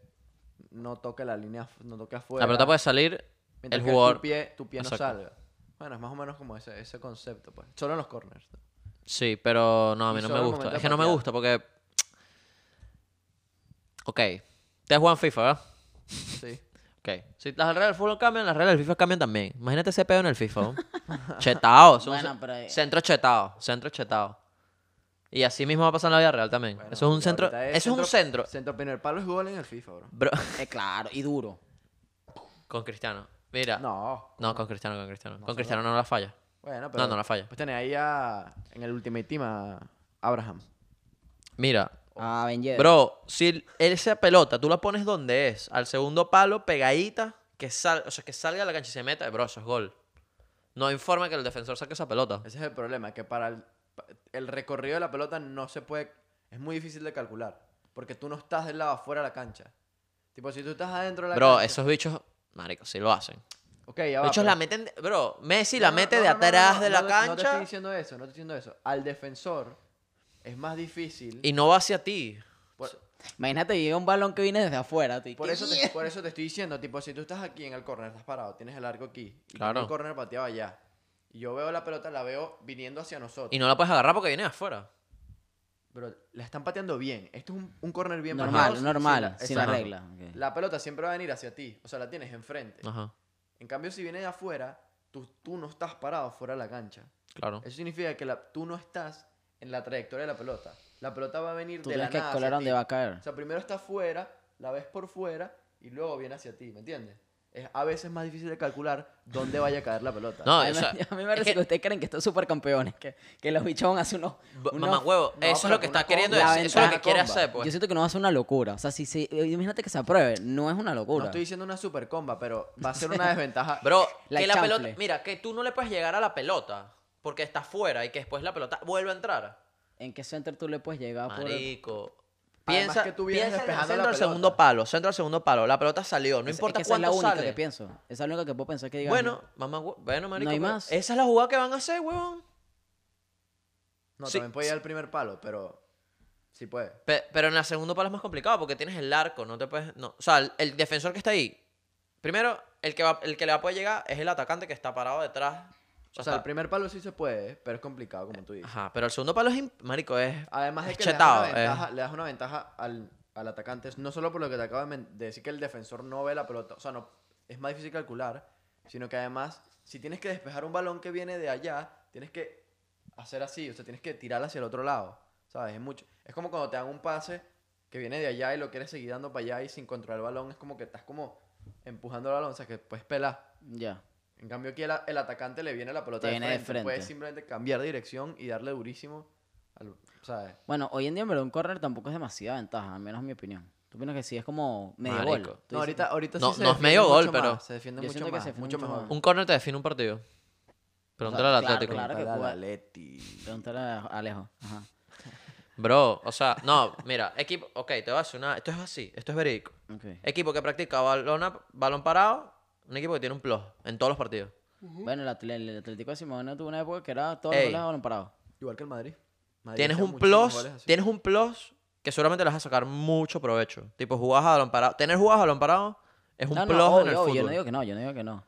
[SPEAKER 3] no toque la línea, af- no toque afuera.
[SPEAKER 1] La pelota puede salir,
[SPEAKER 3] mientras
[SPEAKER 1] el
[SPEAKER 3] que
[SPEAKER 1] jugador.
[SPEAKER 3] Tu pie, tu pie no
[SPEAKER 1] Exacto.
[SPEAKER 3] salga. Bueno, es más o menos como ese, ese concepto, pues. Solo en los corners. ¿no?
[SPEAKER 1] Sí, pero no, a
[SPEAKER 3] Y
[SPEAKER 1] mí no
[SPEAKER 3] solo
[SPEAKER 1] me
[SPEAKER 3] el
[SPEAKER 1] gusta.
[SPEAKER 3] momento
[SPEAKER 1] Es
[SPEAKER 3] de
[SPEAKER 1] que no me
[SPEAKER 3] patear.
[SPEAKER 1] gusta porque. Ok. Ustedes juegan FIFA, ¿verdad?
[SPEAKER 3] Sí.
[SPEAKER 1] Ok. Si las reglas del fútbol cambian, las reglas del FIFA cambian también. Imagínate ese pedo en el FIFA. ¿no? chetao. eso es un
[SPEAKER 2] Bueno,
[SPEAKER 1] ce-
[SPEAKER 2] pero eh. ahí-
[SPEAKER 1] Centro chetao. Centro chetao. Y así mismo va a pasar en la vida real también.
[SPEAKER 3] Bueno,
[SPEAKER 1] eso es un
[SPEAKER 3] porque
[SPEAKER 1] centro.
[SPEAKER 3] ahorita
[SPEAKER 1] eso es un centro.
[SPEAKER 3] Centro primer palo es gol en el FIFA, bro.
[SPEAKER 1] Bro,
[SPEAKER 2] Eh, claro, y duro.
[SPEAKER 1] con Cristiano. Mira. No.
[SPEAKER 3] No.
[SPEAKER 1] con Cristiano, con Cristiano. con Cristiano no la falla.
[SPEAKER 3] Bueno, pero.
[SPEAKER 1] no la falla.
[SPEAKER 3] Pues tenés ahí a, en el Ultimate Team a Abraham.
[SPEAKER 1] Mira.
[SPEAKER 2] Ah, Ben Yedder.
[SPEAKER 1] Bro, si esa pelota tú la pones donde es, al segundo palo, pegadita, que, sal, o sea, que salga a la cancha y se meta, bro, eso es gol. No informa que el defensor saque esa pelota.
[SPEAKER 3] Ese es el problema, que para el, pa- el recorrido de la pelota no se puede. Es muy difícil de calcular. Porque tú no estás del lado afuera de la cancha. Tipo, si tú estás adentro de la
[SPEAKER 1] Bro,
[SPEAKER 3] cancha.
[SPEAKER 1] esos bichos, marico, sí lo hacen.
[SPEAKER 3] Ok, ya va.
[SPEAKER 1] Los bichos
[SPEAKER 3] pero-
[SPEAKER 1] la meten, de- bro, Messi la
[SPEAKER 3] No, no,
[SPEAKER 1] mete
[SPEAKER 3] no,
[SPEAKER 1] de
[SPEAKER 3] no, no,
[SPEAKER 1] atrás
[SPEAKER 3] no,
[SPEAKER 1] de
[SPEAKER 3] no
[SPEAKER 1] la
[SPEAKER 3] te- No te
[SPEAKER 1] cancha
[SPEAKER 3] estoy diciendo eso, no te estoy diciendo eso. Al defensor es más difícil.
[SPEAKER 1] y no va hacia ti.
[SPEAKER 3] por,
[SPEAKER 2] Imagínate, llega un balón que viene desde afuera. tú, y
[SPEAKER 3] por
[SPEAKER 2] ¿qué
[SPEAKER 3] eso te,
[SPEAKER 2] mierda?
[SPEAKER 3] por eso te estoy diciendo, tipo, si tú estás aquí en el corner, estás parado, tienes el arco aquí. Y
[SPEAKER 1] Claro.
[SPEAKER 3] claro. el corner pateado allá. Y yo veo la pelota, la veo viniendo hacia nosotros.
[SPEAKER 1] Y no la puedes agarrar porque viene de afuera.
[SPEAKER 3] Pero la están pateando bien. Esto es un, un corner bien pateado,
[SPEAKER 2] Normal,
[SPEAKER 3] sin-
[SPEAKER 2] normal,
[SPEAKER 3] sin
[SPEAKER 2] sin la
[SPEAKER 1] Ajá.
[SPEAKER 2] regla. ok.
[SPEAKER 3] La pelota siempre va a venir hacia ti. O sea, la tienes enfrente.
[SPEAKER 1] Ajá,
[SPEAKER 3] En cambio, si viene de afuera, tú, tú no estás parado fuera de la cancha.
[SPEAKER 1] claro.
[SPEAKER 3] Eso significa que la- tú no estás en la trayectoria de la pelota. La pelota va a venir
[SPEAKER 2] Tú
[SPEAKER 3] de la
[SPEAKER 2] tienes que
[SPEAKER 3] nada
[SPEAKER 2] colar
[SPEAKER 3] hacia
[SPEAKER 2] donde
[SPEAKER 3] ti.
[SPEAKER 2] va a caer.
[SPEAKER 3] O sea, primero está afuera, la ves por fuera y luego viene hacia ti, ¿me entiendes? Es a veces más difícil de calcular dónde vaya a caer la pelota.
[SPEAKER 1] No,
[SPEAKER 2] a, mí,
[SPEAKER 1] o sea,
[SPEAKER 2] me- a mí me
[SPEAKER 1] es
[SPEAKER 2] parece
[SPEAKER 1] que-
[SPEAKER 2] que... ustedes creen que estos supercampeones, que, que los bichos hacen unos...
[SPEAKER 1] B-
[SPEAKER 2] unos-
[SPEAKER 1] Mamá huevo,
[SPEAKER 3] no,
[SPEAKER 1] eso es
[SPEAKER 3] pero
[SPEAKER 1] lo que
[SPEAKER 3] con una
[SPEAKER 1] está queriendo
[SPEAKER 2] comba.
[SPEAKER 1] decir,
[SPEAKER 2] La
[SPEAKER 1] eso es lo que
[SPEAKER 3] ventaja-
[SPEAKER 1] quiere
[SPEAKER 3] comba.
[SPEAKER 1] hacer, pues.
[SPEAKER 2] Yo siento que no va a ser una locura. O sea, si, se- eh, imagínate que se apruebe. No es una
[SPEAKER 3] No
[SPEAKER 2] locura.
[SPEAKER 3] estoy diciendo una super comba, pero va a ser una desventaja.
[SPEAKER 1] Bro,
[SPEAKER 2] La
[SPEAKER 1] que la
[SPEAKER 2] chanfle.
[SPEAKER 1] pelota, mira, que tú no le puedes llegar a la pelota porque está afuera y que después la pelota vuelve a entrar.
[SPEAKER 2] ¿En qué center tú le puedes llegar? por el-
[SPEAKER 1] Marico.
[SPEAKER 3] Ah, Además
[SPEAKER 1] Piensa,
[SPEAKER 3] que tú vienes
[SPEAKER 1] piensa en el
[SPEAKER 3] despejando
[SPEAKER 1] centro
[SPEAKER 3] la
[SPEAKER 1] al
[SPEAKER 3] pelota.
[SPEAKER 1] segundo palo, centro al segundo palo, la pelota salió, no
[SPEAKER 2] Es- es
[SPEAKER 1] importa
[SPEAKER 2] que esa es
[SPEAKER 1] cuánto
[SPEAKER 2] la única
[SPEAKER 1] sale.
[SPEAKER 2] que pienso. Esa es la única que puedo pensar que digas.
[SPEAKER 1] Bueno, mamá, hue- bueno, marico.
[SPEAKER 2] hay
[SPEAKER 1] pero
[SPEAKER 2] más.
[SPEAKER 1] Esa es la jugada que van a hacer, huevón.
[SPEAKER 3] No,
[SPEAKER 1] sí,
[SPEAKER 3] también puede ir al primer palo, pero Sí puede.
[SPEAKER 1] Pe- pero en la segunda pala es más complicado porque tienes el arco, no te puedes. No. O sea, el, el defensor que está ahí. Primero, el que, va, el que le va a poder llegar es el atacante que está parado detrás. O sea,
[SPEAKER 3] O sea, el
[SPEAKER 1] está-
[SPEAKER 3] primer palo sí se puede, pero es complicado, como tú dices.
[SPEAKER 1] Ajá, pero el segundo palo es. im- Marico, es.
[SPEAKER 3] Además de
[SPEAKER 1] es
[SPEAKER 3] que
[SPEAKER 1] chetado, eh.
[SPEAKER 3] le, das una ventaja, le das una ventaja al, al atacante, no solo por lo que te acabo de men- de decir que el defensor no ve la pelota, o sea, no, es más difícil calcular, sino que además, si tienes que despejar un balón que viene de allá, tienes que hacer así, o sea, tienes que tirar hacia el otro lado, ¿sabes? Es mucho. Es como cuando te dan un pase que viene de allá y lo quieres seguir dando para allá y sin controlar el balón, es como que estás como empujando el balón, o sea, que puedes pelar.
[SPEAKER 2] "Mm, Ya.
[SPEAKER 3] En cambio aquí el, a- el atacante le viene la pelota
[SPEAKER 2] Te
[SPEAKER 3] de
[SPEAKER 2] viene
[SPEAKER 3] frente.
[SPEAKER 2] de
[SPEAKER 3] Puedes
[SPEAKER 2] frente.
[SPEAKER 3] simplemente cambiar de dirección y darle durísimo al, ¿sabes?
[SPEAKER 2] Bueno, hoy en día, en verdad, un corner tampoco es demasiada ventaja, al menos en mi opinión. ¿Tú piensas que sí es como medio gol?
[SPEAKER 1] Marico.
[SPEAKER 2] Tú dices-
[SPEAKER 3] No, ahorita, ahorita
[SPEAKER 1] No,
[SPEAKER 3] sí se
[SPEAKER 1] no es
[SPEAKER 3] defiende
[SPEAKER 1] medio gol,
[SPEAKER 3] mucho más,
[SPEAKER 1] pero-
[SPEAKER 3] Se defiende
[SPEAKER 2] Yo
[SPEAKER 3] mucho
[SPEAKER 2] siento que
[SPEAKER 3] más,
[SPEAKER 2] se defiende
[SPEAKER 3] mucho
[SPEAKER 2] mucho
[SPEAKER 3] mejor.
[SPEAKER 2] más.
[SPEAKER 1] Un corner te define un partido. Pregúntale
[SPEAKER 2] claro,
[SPEAKER 1] al Atlético.
[SPEAKER 2] claro. que
[SPEAKER 3] Pregúntale
[SPEAKER 2] juega-
[SPEAKER 3] al Atleti.
[SPEAKER 2] Pregúntale a Alejo. Ajá.
[SPEAKER 1] Bro, o sea, no, mira, equipo. Ok, te voy a hacer una. Esto es así, esto es verídico.
[SPEAKER 2] Ok.
[SPEAKER 1] Equipo que practica balona, balón parado, un equipo que tiene un plus en todos los partidos.
[SPEAKER 2] Bueno, el, atle- el Atlético de Simón tuvo una época que era todo
[SPEAKER 1] Ey.
[SPEAKER 2] el balón parado.
[SPEAKER 3] Igual que el Madrid. Madrid
[SPEAKER 1] tienes
[SPEAKER 3] hacía
[SPEAKER 1] un
[SPEAKER 3] muchísimos
[SPEAKER 1] plus,
[SPEAKER 3] goles así.
[SPEAKER 1] tienes un plus que seguramente le vas a sacar mucho provecho. Tipo, jugadas a balón parado. Tener jugadas a balón parado es un
[SPEAKER 2] no,
[SPEAKER 1] plus
[SPEAKER 2] no,
[SPEAKER 1] en
[SPEAKER 2] obvio,
[SPEAKER 1] el
[SPEAKER 2] obvio,
[SPEAKER 1] fútbol.
[SPEAKER 2] yo no digo que no, yo no digo que no.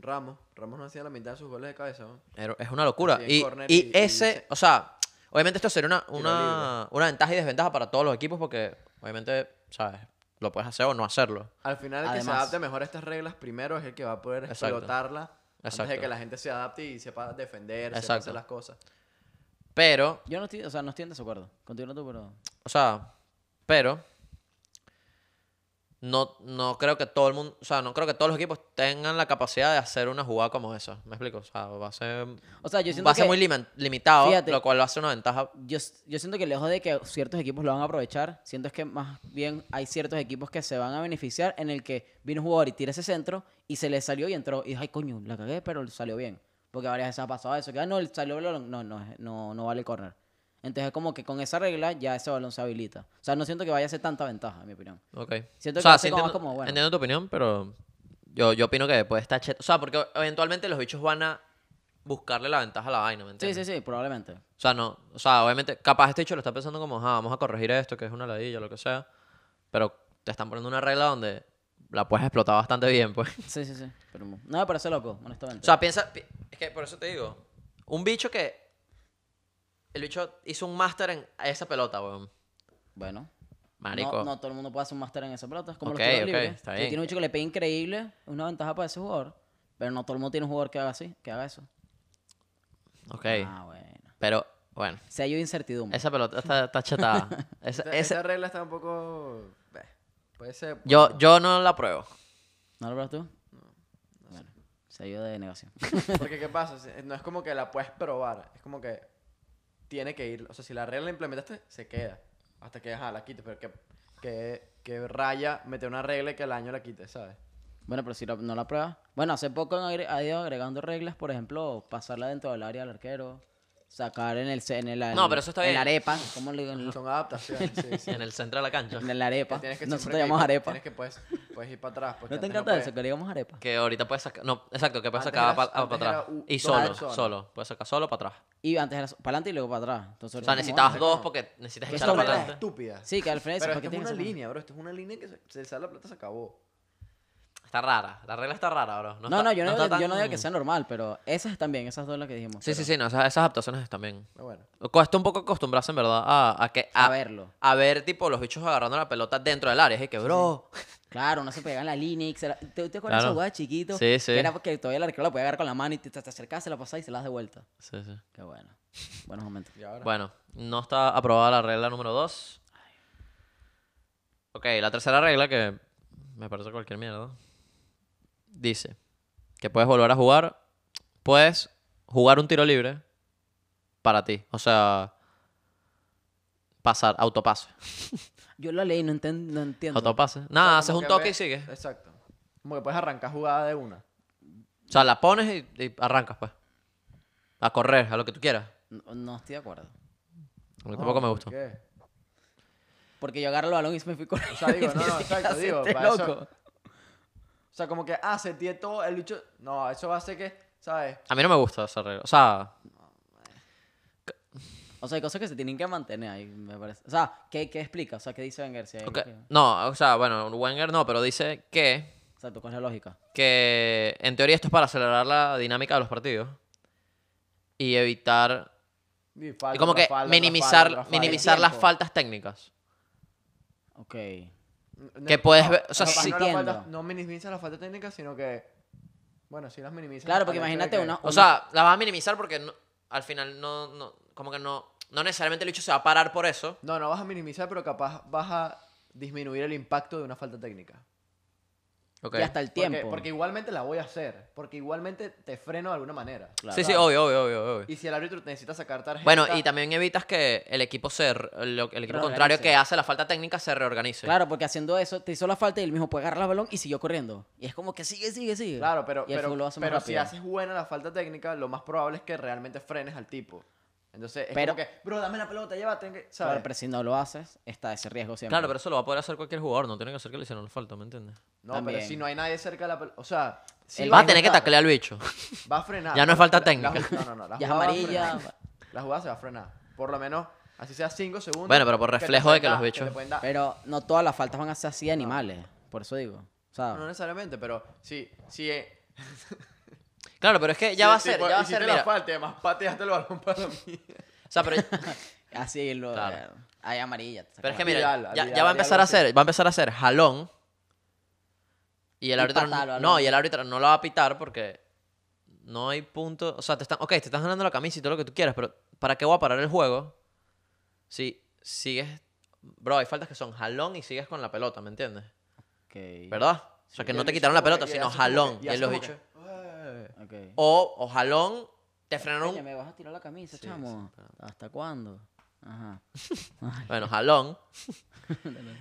[SPEAKER 3] Ramos. Ramos no hacía la mitad de sus goles de cabeza. ¿no?
[SPEAKER 1] Era- Es una locura.
[SPEAKER 3] Así en
[SPEAKER 1] Y,
[SPEAKER 3] córner
[SPEAKER 1] y
[SPEAKER 3] y- y
[SPEAKER 1] ese,
[SPEAKER 3] se-
[SPEAKER 1] o sea, obviamente esto sería una,
[SPEAKER 3] libre.
[SPEAKER 1] una, una ventaja y desventaja para todos los equipos porque obviamente, ¿sabes? Lo puedes hacer o no hacerlo.
[SPEAKER 3] Al final el que se
[SPEAKER 2] Además.
[SPEAKER 3] adapte mejor a estas reglas primero es el que va a poder
[SPEAKER 1] Exacto.
[SPEAKER 3] explotarla antes de
[SPEAKER 1] Exacto.
[SPEAKER 3] que la gente se adapte y sepa defender, sepa
[SPEAKER 1] Exacto.
[SPEAKER 3] hacer las cosas.
[SPEAKER 1] Pero,
[SPEAKER 2] Yo no estoy, o sea, no estoy en desacuerdo. Continúa tú, pero...
[SPEAKER 1] o sea, pero no, no creo que todo el mundo, o sea, no creo que todos los equipos tengan la capacidad de hacer una jugada como esa. ¿Me explico? O sea, va a ser,
[SPEAKER 2] O sea, yo siento
[SPEAKER 1] va a ser
[SPEAKER 2] que-
[SPEAKER 1] muy limi- limitado,
[SPEAKER 2] Fíjate.
[SPEAKER 1] lo cual lo hace una ventaja
[SPEAKER 2] Yo, s- yo siento que lejos de que ciertos equipos lo van a aprovechar, siento es que más bien hay ciertos equipos que se van a beneficiar en el que vino un jugador y tira ese centro y se le salió y entró y dijo, ay coño, la cagué, pero salió bien. Porque varias veces ha pasado eso, que "Ah, no, el- salió el balón, no, no, es- no, no vale el corner. Entonces es como que con esa regla ya ese balón se habilita. O sea, no siento que vaya a ser tanta ventaja, en mi opinión.
[SPEAKER 1] Ok.
[SPEAKER 2] Siento
[SPEAKER 1] o
[SPEAKER 2] que
[SPEAKER 1] sea,
[SPEAKER 2] va a
[SPEAKER 1] sí
[SPEAKER 2] ser como más
[SPEAKER 1] entiendo,
[SPEAKER 2] como, bueno.
[SPEAKER 1] entiendo tu opinión, pero yo, yo opino que puede estar cheto. O sea, porque eventualmente los bichos van a buscarle la ventaja a la vaina, ¿me
[SPEAKER 2] Sí,
[SPEAKER 1] entiendes?
[SPEAKER 2] sí, sí, probablemente.
[SPEAKER 1] O sea, no. O sea, obviamente, capaz este bicho lo está pensando como, ah, vamos a corregir esto, que es una ladilla, lo que sea. Pero te están poniendo una regla donde la puedes explotar bastante bien, pues.
[SPEAKER 2] Sí, sí, sí. Pero no me parece loco, honestamente.
[SPEAKER 1] O sea, piensa. pi- Es que por eso te digo. Un bicho que. El bicho hizo un máster en esa pelota, weón.
[SPEAKER 2] bueno.
[SPEAKER 1] Marico.
[SPEAKER 2] No, no todo el mundo puede hacer un máster en esa pelota. Es como
[SPEAKER 1] Ok,
[SPEAKER 2] los tiros
[SPEAKER 1] ok,
[SPEAKER 2] libres.
[SPEAKER 1] está
[SPEAKER 2] Si
[SPEAKER 1] bien.
[SPEAKER 2] tiene un chico que le pega increíble, es una ventaja para ese jugador. Pero no todo el mundo tiene un jugador que haga así, que haga eso.
[SPEAKER 1] Ok.
[SPEAKER 2] Ah, bueno.
[SPEAKER 1] Pero, bueno.
[SPEAKER 2] Si hay incertidumbre.
[SPEAKER 1] Esa pelota está, está chetada. Esa-
[SPEAKER 3] Esta,
[SPEAKER 1] ese-
[SPEAKER 3] esa regla está un poco... beh, puede ser...
[SPEAKER 1] Yo, yo no la pruebo.
[SPEAKER 2] ¿No lo pruebas tú? No. Bueno, se ayuda de negación.
[SPEAKER 3] Porque ¿qué pasa? Si- No es como que la puedes probar, es como que tiene que ir. O sea, si la regla la implementaste, se queda. Hasta que ajá, la quites, pero que, que, que raya meter una regla y que el año la quites, ¿sabes?
[SPEAKER 2] bueno, pero si lo- no la pruebas. Bueno, hace poco han agre- ha ido agregando reglas, por ejemplo, pasarla dentro del área al arquero, sacar en el. ce- En el
[SPEAKER 1] No, pero eso está
[SPEAKER 2] en la
[SPEAKER 1] bien.
[SPEAKER 2] arepa. ¿Cómo le en,
[SPEAKER 3] Son adaptaciones, sí, sí.
[SPEAKER 1] En el centro de la cancha.
[SPEAKER 2] en la arepa.
[SPEAKER 3] Que tienes que
[SPEAKER 2] Nosotros
[SPEAKER 3] siempre que-
[SPEAKER 2] llamamos arepa.
[SPEAKER 3] Tienes que puedes, puedes ir para atrás. porque
[SPEAKER 2] ¿No te
[SPEAKER 3] antes no
[SPEAKER 2] encanta eso?
[SPEAKER 3] podías.
[SPEAKER 2] Que le llamamos arepa.
[SPEAKER 1] Que ahorita puedes sacar. No, exacto, que puedes
[SPEAKER 3] Antes
[SPEAKER 1] sacar
[SPEAKER 3] era-
[SPEAKER 1] para
[SPEAKER 3] antes
[SPEAKER 1] atrás.
[SPEAKER 3] era u-
[SPEAKER 1] Y
[SPEAKER 3] dos
[SPEAKER 1] solo,
[SPEAKER 3] personas.
[SPEAKER 1] solo. Puedes sacar solo para atrás.
[SPEAKER 2] Y antes era para adelante y luego para atrás. Entonces,
[SPEAKER 1] O sea,
[SPEAKER 2] ahorita es como,
[SPEAKER 1] necesitas
[SPEAKER 2] ah,
[SPEAKER 1] dos porque necesitas
[SPEAKER 2] Que
[SPEAKER 1] echarla
[SPEAKER 2] solo
[SPEAKER 1] para
[SPEAKER 2] era
[SPEAKER 3] reglas
[SPEAKER 1] adelante.
[SPEAKER 3] estúpidas.
[SPEAKER 2] Sí, que al final
[SPEAKER 3] Pero
[SPEAKER 2] ¿para qué
[SPEAKER 3] esto es
[SPEAKER 2] tienes
[SPEAKER 3] una
[SPEAKER 2] que hacer más?
[SPEAKER 3] línea, bro. Esto es una línea que se, se sale la plata, se acabó.
[SPEAKER 1] Está rara. La regla está rara, bro.
[SPEAKER 2] No,
[SPEAKER 1] está-
[SPEAKER 2] no, yo no, digo,
[SPEAKER 1] está
[SPEAKER 2] que- yo no digo
[SPEAKER 1] tan-
[SPEAKER 2] que sea normal, pero esas están bien, esas dos las que dijimos.
[SPEAKER 1] Sí,
[SPEAKER 2] pero
[SPEAKER 1] sí, sí, no, esas, esas adaptaciones también.
[SPEAKER 3] Pero bueno.
[SPEAKER 1] Cuesta un poco acostumbrarse, en verdad, a, a que.
[SPEAKER 2] A verlo.
[SPEAKER 1] A ver, tipo, los bichos agarrando la pelota dentro del área. Es que, bro.
[SPEAKER 2] Claro, no se pegan la línea. y se la- ¿Te, te acuerdas de
[SPEAKER 1] Claro.
[SPEAKER 2] esa jugada chiquito?
[SPEAKER 1] Sí, sí.
[SPEAKER 2] Que era porque todavía el arquero la podía agarrar con la mano y te, te acercas, se la pasas y se la das de vuelta.
[SPEAKER 1] Sí, sí.
[SPEAKER 2] Qué bueno. Buenos momentos.
[SPEAKER 3] Y ahora.
[SPEAKER 1] Bueno, no está aprobada la regla número 2. Ok, la tercera regla que me parece cualquier mierda. Dice que puedes volver a jugar, puedes jugar un tiro libre para ti. O sea, pasar, autopase.
[SPEAKER 2] Yo la leí, no, enten- no entiendo.
[SPEAKER 1] Autopase.
[SPEAKER 3] O
[SPEAKER 1] Nada,
[SPEAKER 3] sea,
[SPEAKER 1] haces
[SPEAKER 3] como
[SPEAKER 1] un
[SPEAKER 3] que
[SPEAKER 1] toque y
[SPEAKER 3] ves-
[SPEAKER 1] sigues.
[SPEAKER 3] Exacto. Como que puedes arrancar jugada de una.
[SPEAKER 1] O sea, la pones y, y arrancas, pues. A correr, a lo que tú quieras.
[SPEAKER 2] No, no estoy de acuerdo.
[SPEAKER 1] A mí tampoco me
[SPEAKER 3] ¿por
[SPEAKER 1] gustó.
[SPEAKER 3] qué?
[SPEAKER 2] Porque yo agarro el balón y se me fui corriendo.
[SPEAKER 3] O sea, digo,
[SPEAKER 2] y
[SPEAKER 3] no,
[SPEAKER 2] ni
[SPEAKER 3] no,
[SPEAKER 2] siquiera
[SPEAKER 3] exacto, digo,
[SPEAKER 2] acepté,
[SPEAKER 3] para eso-
[SPEAKER 2] loco.
[SPEAKER 3] O sea, como que, ah, se tiene todo el bicho. No, eso va a hacer que, ¿sabes?
[SPEAKER 1] A mí no me gusta esa regla. O sea,
[SPEAKER 2] O O sea, hay cosas que se tienen que mantener ahí, me parece. O sea, ¿qué, qué explica? O sea, ¿qué dice Wenger? Si hay-
[SPEAKER 1] Ok, No, o sea, bueno, Wenger no, pero dice que,
[SPEAKER 2] Exacto, con la lógica.
[SPEAKER 1] que en teoría esto es para acelerar la dinámica de los partidos y evitar,
[SPEAKER 3] Y
[SPEAKER 1] y
[SPEAKER 3] falta
[SPEAKER 1] como
[SPEAKER 3] tras
[SPEAKER 1] que
[SPEAKER 3] falta, tras
[SPEAKER 1] minimizar,
[SPEAKER 3] falta, tras falta.
[SPEAKER 1] minimizar
[SPEAKER 3] El
[SPEAKER 1] las
[SPEAKER 3] tiempo.
[SPEAKER 1] faltas técnicas.
[SPEAKER 2] Ok.
[SPEAKER 3] No,
[SPEAKER 1] que puedes ver- o sea,
[SPEAKER 3] no,
[SPEAKER 1] sí.
[SPEAKER 3] no, las faltas-
[SPEAKER 2] Entiendo.
[SPEAKER 3] no minimiza las faltas técnicas, sino que. Bueno, sí las minimiza.
[SPEAKER 2] Claro, porque
[SPEAKER 3] al hecho de
[SPEAKER 2] imagínate
[SPEAKER 3] que-
[SPEAKER 2] una-
[SPEAKER 1] O sea, la vas a minimizar porque no- al final no, no, como que no, no necesariamente el hecho se va a parar por eso.
[SPEAKER 3] No, no vas a minimizar, pero capaz vas a disminuir el impacto de una falta técnica.
[SPEAKER 1] Ok.
[SPEAKER 2] Y hasta el
[SPEAKER 3] Porque-
[SPEAKER 2] tiempo.
[SPEAKER 3] Porque, igualmente la voy a hacer. Porque igualmente te freno de alguna manera.
[SPEAKER 2] Claro.
[SPEAKER 1] Sí, sí, obvio, obvio, obvio. obvio.
[SPEAKER 3] Y si el árbitro necesita sacar tarjeta.
[SPEAKER 1] Bueno, y también evitas que el equipo se r- lo- el equipo contrario
[SPEAKER 2] Reorganice.
[SPEAKER 1] que hace la falta técnica se reorganice.
[SPEAKER 2] Claro, porque haciendo eso te hizo la falta y él mismo puede agarrar el balón y siguió corriendo. Y es como que sigue, sigue, sigue.
[SPEAKER 3] Claro, pero,
[SPEAKER 2] Y el
[SPEAKER 3] pero,
[SPEAKER 2] fútbol lo hace más
[SPEAKER 3] pero si
[SPEAKER 2] rápido.
[SPEAKER 3] haces buena la falta técnica, lo más probable es que realmente frenes al tipo. Entonces, es
[SPEAKER 2] Pero-
[SPEAKER 3] como que, bro, dame la pelota, llévate. que-", ¿sabes?
[SPEAKER 2] Claro, pero si no lo haces, está ese riesgo siempre.
[SPEAKER 1] Claro, pero eso lo va a poder hacer cualquier jugador, no tiene que hacer que le hicieron la falta, ¿me entiendes?
[SPEAKER 3] no,
[SPEAKER 2] también.
[SPEAKER 3] pero si no hay nadie cerca de la pelota. O sea, sí
[SPEAKER 2] Él
[SPEAKER 1] va
[SPEAKER 3] vas
[SPEAKER 1] a tener que
[SPEAKER 3] estar,
[SPEAKER 1] taclear al bicho.
[SPEAKER 3] Va a frenar.
[SPEAKER 1] Ya no es falta
[SPEAKER 3] La- la-
[SPEAKER 1] técnica.
[SPEAKER 3] no, no, no. La
[SPEAKER 2] Ya es
[SPEAKER 3] jugada va a
[SPEAKER 2] amarilla.
[SPEAKER 3] frenar. La jugada se va a frenar. Por lo menos, así sea 5 segundos.
[SPEAKER 1] Bueno, pero por
[SPEAKER 3] que te
[SPEAKER 1] reflejo de
[SPEAKER 3] pueden
[SPEAKER 1] que los
[SPEAKER 3] dar,
[SPEAKER 1] bichos-
[SPEAKER 3] te pueden dar.
[SPEAKER 2] Pero no todas las faltas van a ser así de animales. Por eso digo. O sea,
[SPEAKER 3] No necesariamente, pero sí, sí. eh,
[SPEAKER 1] Claro, pero es que ya
[SPEAKER 3] sí,
[SPEAKER 1] va a ser,
[SPEAKER 3] tipo,
[SPEAKER 1] ya va a
[SPEAKER 3] hiciste
[SPEAKER 1] ser,
[SPEAKER 3] la
[SPEAKER 1] mira.
[SPEAKER 3] falta y además pateaste el balón para mí.
[SPEAKER 1] O sea, pero,
[SPEAKER 2] así lo.
[SPEAKER 1] Claro.
[SPEAKER 2] Hay amarilla. te
[SPEAKER 1] pero es que
[SPEAKER 2] sacan
[SPEAKER 1] mira,
[SPEAKER 3] Vidal,
[SPEAKER 1] ya,
[SPEAKER 3] Vidal,
[SPEAKER 1] ya va a empezar a
[SPEAKER 3] Vidal,
[SPEAKER 1] hacer, va a empezar a hacer jalón. Y el
[SPEAKER 2] Y
[SPEAKER 1] árbitro
[SPEAKER 2] patada, balón.
[SPEAKER 1] no, y el árbitro no la va a pitar porque no hay punto, o sea, te están, ok, te estás ganando la camisa y todo lo que tú quieras, pero ¿para qué voy a parar el juego? Si sigues bro, hay faltas que son jalón y sigues con la pelota, ¿me entiendes?
[SPEAKER 2] la-
[SPEAKER 1] ¿Verdad? O sea, que
[SPEAKER 3] Y
[SPEAKER 1] no
[SPEAKER 3] el
[SPEAKER 1] te
[SPEAKER 3] bicho
[SPEAKER 1] quitaron la
[SPEAKER 3] como que-
[SPEAKER 1] pelota,
[SPEAKER 3] y
[SPEAKER 1] sino
[SPEAKER 3] hace como que-
[SPEAKER 1] jalón.
[SPEAKER 3] y
[SPEAKER 1] Y
[SPEAKER 3] hace
[SPEAKER 1] los
[SPEAKER 3] como
[SPEAKER 1] bichos.
[SPEAKER 3] que,
[SPEAKER 2] Ok. Ok.
[SPEAKER 1] O, o jalón, te
[SPEAKER 2] Oye,
[SPEAKER 1] frenaron.
[SPEAKER 2] me vas a tirar la camisa,
[SPEAKER 1] Sí,
[SPEAKER 2] chamo. ¿Hasta cuándo? Ajá.
[SPEAKER 1] un- Bueno, jalón.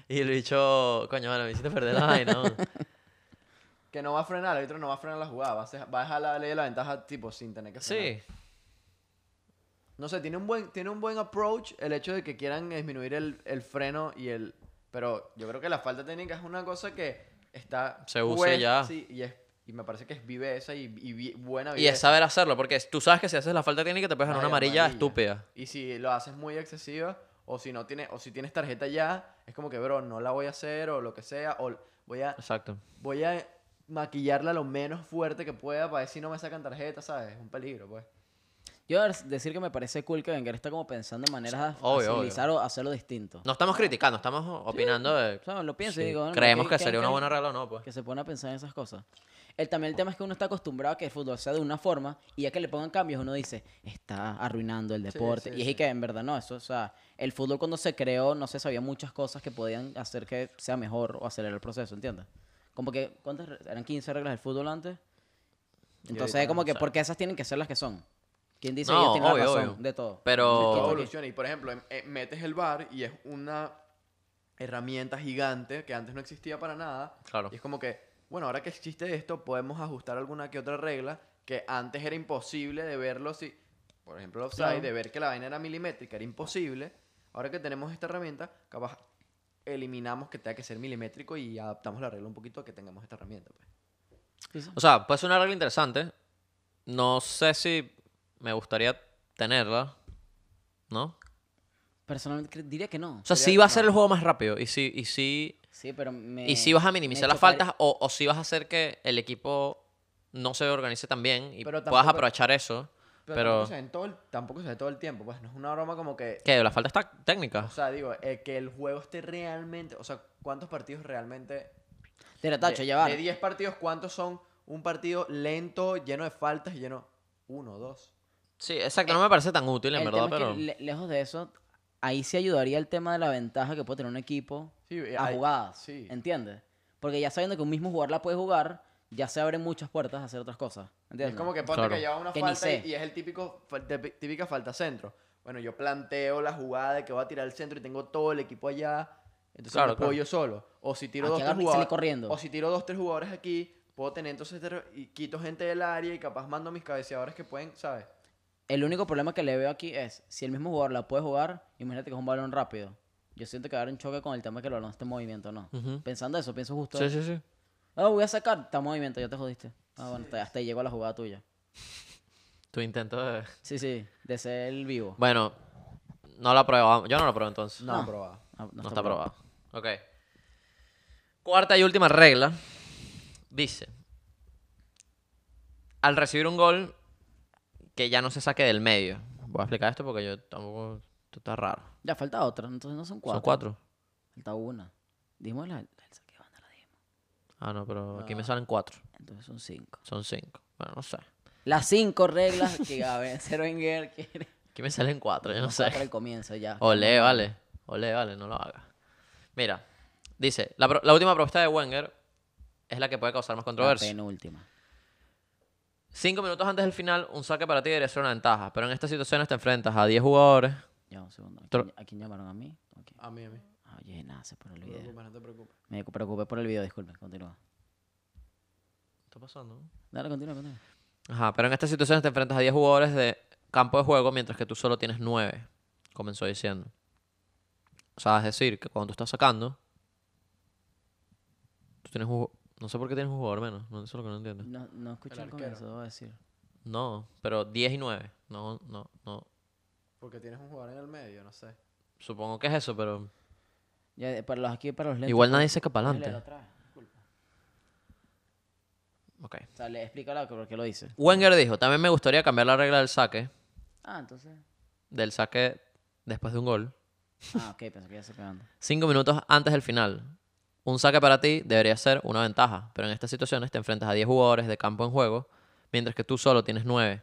[SPEAKER 1] y el bicho, coño, bueno, me hiciste perder la vaina. ¿no?
[SPEAKER 3] Que no va a frenar, el árbitro no va a frenar la jugada, va a, ser- va a dejar la ley de la ventaja tipo sin tener que frenar.
[SPEAKER 1] Sí.
[SPEAKER 3] No sé, tiene un buen, tiene un buen approach el hecho de que quieran disminuir el, el freno y el... Pero yo creo que la falta técnica es una cosa que está...
[SPEAKER 1] Se usa y ya.
[SPEAKER 3] sí, y, es- y me parece que es viveza y, y vi- buena
[SPEAKER 1] Y es
[SPEAKER 3] viveza.
[SPEAKER 1] saber hacerlo, porque tú sabes que si haces la falta técnica te puedes ganar
[SPEAKER 3] Ay,
[SPEAKER 1] una amarilla,
[SPEAKER 3] amarilla.
[SPEAKER 1] estúpida.
[SPEAKER 3] Y si lo haces muy excesiva, o si no tiene, o si tienes tarjeta ya, es como que, bro, no la voy a hacer, o lo que sea, o voy a,
[SPEAKER 1] Exacto.
[SPEAKER 3] voy a maquillarla lo menos fuerte que pueda para ver si no me sacan tarjeta, ¿sabes? Es un peligro, pues.
[SPEAKER 2] Yo debo decir que me parece cool que Wenger está como pensando en maneras de
[SPEAKER 1] Obvio,
[SPEAKER 2] agilizar o hacerlo distinto.
[SPEAKER 1] No estamos criticando, estamos opinando de...
[SPEAKER 2] O sea, lo pienso
[SPEAKER 1] Sí.
[SPEAKER 2] y digo, bueno,
[SPEAKER 1] Creemos
[SPEAKER 2] ¿qué-
[SPEAKER 1] que
[SPEAKER 2] qué-
[SPEAKER 1] sería
[SPEAKER 2] qué-
[SPEAKER 1] una buena regla o no, pues.
[SPEAKER 2] Que se pone a pensar en esas cosas. El, también el tema es que uno está acostumbrado a que el fútbol sea de una forma y ya que le pongan cambios uno dice, está arruinando el deporte.
[SPEAKER 3] sí,
[SPEAKER 2] y es y
[SPEAKER 3] sí.
[SPEAKER 2] que en verdad no, eso, o sea, el fútbol cuando se creó no se sabía muchas cosas que podían hacer que sea mejor o acelerar el proceso, ¿entiendes? Como que, ¿cuántas re- eran 15 reglas del fútbol antes? Entonces
[SPEAKER 3] ahorita
[SPEAKER 2] es como
[SPEAKER 1] no
[SPEAKER 2] que,
[SPEAKER 1] sé.
[SPEAKER 2] porque esas tienen que ser las que son. ¿Quién dice
[SPEAKER 1] No,
[SPEAKER 2] ellos tienen
[SPEAKER 1] obvio,
[SPEAKER 2] la razón
[SPEAKER 1] obvio.
[SPEAKER 2] de todo?
[SPEAKER 3] Todo
[SPEAKER 1] Pero...
[SPEAKER 3] evoluciona. Y por ejemplo, em- eh, metes el bar y es una herramienta gigante que antes no existía para nada.
[SPEAKER 1] Claro.
[SPEAKER 3] Y es como que, bueno, ahora que existe esto, podemos ajustar alguna que otra regla que antes era imposible de verlo. Si, por ejemplo, el offside,
[SPEAKER 2] Claro.
[SPEAKER 3] de ver que la vaina era milimétrica, era imposible. Ahora que tenemos esta herramienta, capaz eliminamos que tenga que ser milimétrico y adaptamos la regla un poquito a que tengamos esta herramienta. pues.
[SPEAKER 2] Sí, sí.
[SPEAKER 1] O sea, puede ser una regla interesante. No sé si me gustaría tenerla. ¿No?
[SPEAKER 2] Personalmente cre- diría que no.
[SPEAKER 1] O sea,
[SPEAKER 3] Sería-
[SPEAKER 1] sí va a ser
[SPEAKER 3] no.
[SPEAKER 1] el juego más rápido. Y sí, y sí.
[SPEAKER 2] Sí, pero me-
[SPEAKER 1] y sí vas a
[SPEAKER 2] Eh, me
[SPEAKER 1] minimizar las
[SPEAKER 2] chocaría-
[SPEAKER 1] faltas. O, o sí vas a hacer que el equipo no se organice tan bien. Y
[SPEAKER 3] Pero
[SPEAKER 1] puedas
[SPEAKER 3] tampoco-
[SPEAKER 1] aprovechar eso.
[SPEAKER 3] Pero,
[SPEAKER 1] Pero.
[SPEAKER 3] Tampoco, se ve en todo el, tampoco se ve todo el tiempo. Pues no es una broma como que
[SPEAKER 1] ¿Qué? ¿La falta está técnica?
[SPEAKER 3] O sea, digo, eh, que el juego esté realmente. O sea, ¿cuántos partidos realmente.
[SPEAKER 2] Tira, tacho,
[SPEAKER 3] de-
[SPEAKER 2] ya va.
[SPEAKER 3] De 10 partidos, ¿cuántos son un partido lento, lleno de faltas y lleno. Uno, dos.
[SPEAKER 1] Sí, exacto. No me parece tan útil, en
[SPEAKER 2] El
[SPEAKER 1] verdad,
[SPEAKER 2] tema es
[SPEAKER 1] pero.
[SPEAKER 2] que le- lejos de eso, ahí sí ayudaría el tema de la ventaja que puede tener un equipo
[SPEAKER 3] Sí, eh,
[SPEAKER 2] a
[SPEAKER 3] hay-
[SPEAKER 2] jugadas.
[SPEAKER 3] sí.
[SPEAKER 2] ¿Entiendes? Porque ya sabiendo que un mismo jugador la puede jugar, ya se abren muchas puertas a hacer otras cosas. ¿Entiendes?
[SPEAKER 3] Es como que ponte
[SPEAKER 1] Claro.
[SPEAKER 3] que lleva una
[SPEAKER 2] Que ni
[SPEAKER 3] falta y,
[SPEAKER 2] sé.
[SPEAKER 3] y es el típico fal- de- típica falta centro. Bueno, yo planteo la jugada de que voy a tirar el centro y tengo todo el equipo allá. Entonces
[SPEAKER 1] Claro,
[SPEAKER 3] no puedo
[SPEAKER 1] claro.
[SPEAKER 3] yo solo. O si tiro
[SPEAKER 2] Aquí
[SPEAKER 3] dos tres
[SPEAKER 2] agarro y sale
[SPEAKER 3] jugadores.
[SPEAKER 2] corriendo.
[SPEAKER 3] O si tiro dos tres jugadores aquí, puedo tener entonces tres- y quito gente del área y capaz mando mis cabeceadores que pueden, ¿sabes?
[SPEAKER 2] El único problema que le veo aquí es, si el mismo jugador la puede jugar, imagínate que es un balón rápido. Yo siento que va a haber un choque con el tema que el balón esté en movimiento, ¿no?
[SPEAKER 1] Ujú.
[SPEAKER 2] Pensando eso, pienso justo.
[SPEAKER 1] Sí, sí, sí.
[SPEAKER 2] Ah, voy a sacar, está en movimiento, ya te jodiste. Ah, bueno, hasta, hasta ahí llegó la jugada tuya.
[SPEAKER 1] Tu intento de.
[SPEAKER 2] Sí, sí, de ser el vivo.
[SPEAKER 1] Bueno, No la probamos. Yo no la probé entonces.
[SPEAKER 3] No,
[SPEAKER 2] No.
[SPEAKER 3] probado.
[SPEAKER 2] No,
[SPEAKER 1] No, está aprobado. Ok. Cuarta y última regla. Dice. Al recibir un gol que ya no se saque del medio. Voy a explicar esto porque yo tampoco... Esto está raro.
[SPEAKER 2] Ya falta otra, entonces no son cuatro.
[SPEAKER 1] Son cuatro.
[SPEAKER 2] Falta una. Dimos la, la- el saque de banda, la dimos.
[SPEAKER 1] Ah, no, pero aquí me
[SPEAKER 3] No.
[SPEAKER 1] salen cuatro.
[SPEAKER 2] Entonces son cinco.
[SPEAKER 1] Son cinco. Bueno, no sé.
[SPEAKER 2] Las cinco reglas que Gabriel Wenger quiere.
[SPEAKER 1] Aquí me salen cuatro, yo no sé.
[SPEAKER 2] Para el comienzo ya.
[SPEAKER 1] Ole, vale. Ole, vale, no lo haga. Mira, dice, la, pro- la última propuesta de Wenger es la que puede causar más
[SPEAKER 2] La
[SPEAKER 1] controversia.
[SPEAKER 2] penúltima.
[SPEAKER 1] Cinco minutos antes del final, un saque para ti debería ser una ventaja, pero en estas situaciones te enfrentas a 10 jugadores.
[SPEAKER 2] Ya, un segundo. ¿A
[SPEAKER 1] Tro-
[SPEAKER 2] quién, a quién llamaron? ¿A mí? Ok.
[SPEAKER 3] A mí, a mí.
[SPEAKER 2] Ah, Oye, nada, se por el
[SPEAKER 3] No te
[SPEAKER 2] video.
[SPEAKER 3] preocupes, no te preocupes.
[SPEAKER 2] Me preocupé por el video, disculpe. Continúa.
[SPEAKER 1] está pasando?
[SPEAKER 2] Dale, continúa, continúa.
[SPEAKER 1] Ajá, pero en estas situaciones te enfrentas a 10 jugadores de campo de juego mientras que tú solo tienes 9, comenzó diciendo. O sea, es decir, que cuando tú estás sacando, tú tienes un... ju- No sé por qué tienes un jugador menos, no, eso es lo que no entiendo.
[SPEAKER 2] No, no escuché
[SPEAKER 3] El
[SPEAKER 2] el
[SPEAKER 3] arquero.
[SPEAKER 2] comienzo, debo decir.
[SPEAKER 1] No, pero 10 y 9. No, no, no.
[SPEAKER 3] Porque tienes un jugador en el medio, no sé.
[SPEAKER 1] Supongo que es eso, pero
[SPEAKER 2] Ya, eh, para los aquí, para los lentes.
[SPEAKER 1] igual nadie se escapa
[SPEAKER 2] ¿puedes leer
[SPEAKER 1] adelante.
[SPEAKER 2] otra vez? Disculpa.
[SPEAKER 1] Ok.
[SPEAKER 2] O sea, le explícala por qué lo dice.
[SPEAKER 1] Wenger dijo, también me gustaría cambiar la regla del saque,
[SPEAKER 2] Ah, entonces.
[SPEAKER 1] del saque después de un gol,
[SPEAKER 2] Ah, ok, pensé que ya se cagando.
[SPEAKER 1] cinco minutos antes del final. Un saque para ti debería ser una ventaja, pero en estas situaciones te enfrentas a 10 jugadores de campo en juego, mientras que tú solo tienes 9.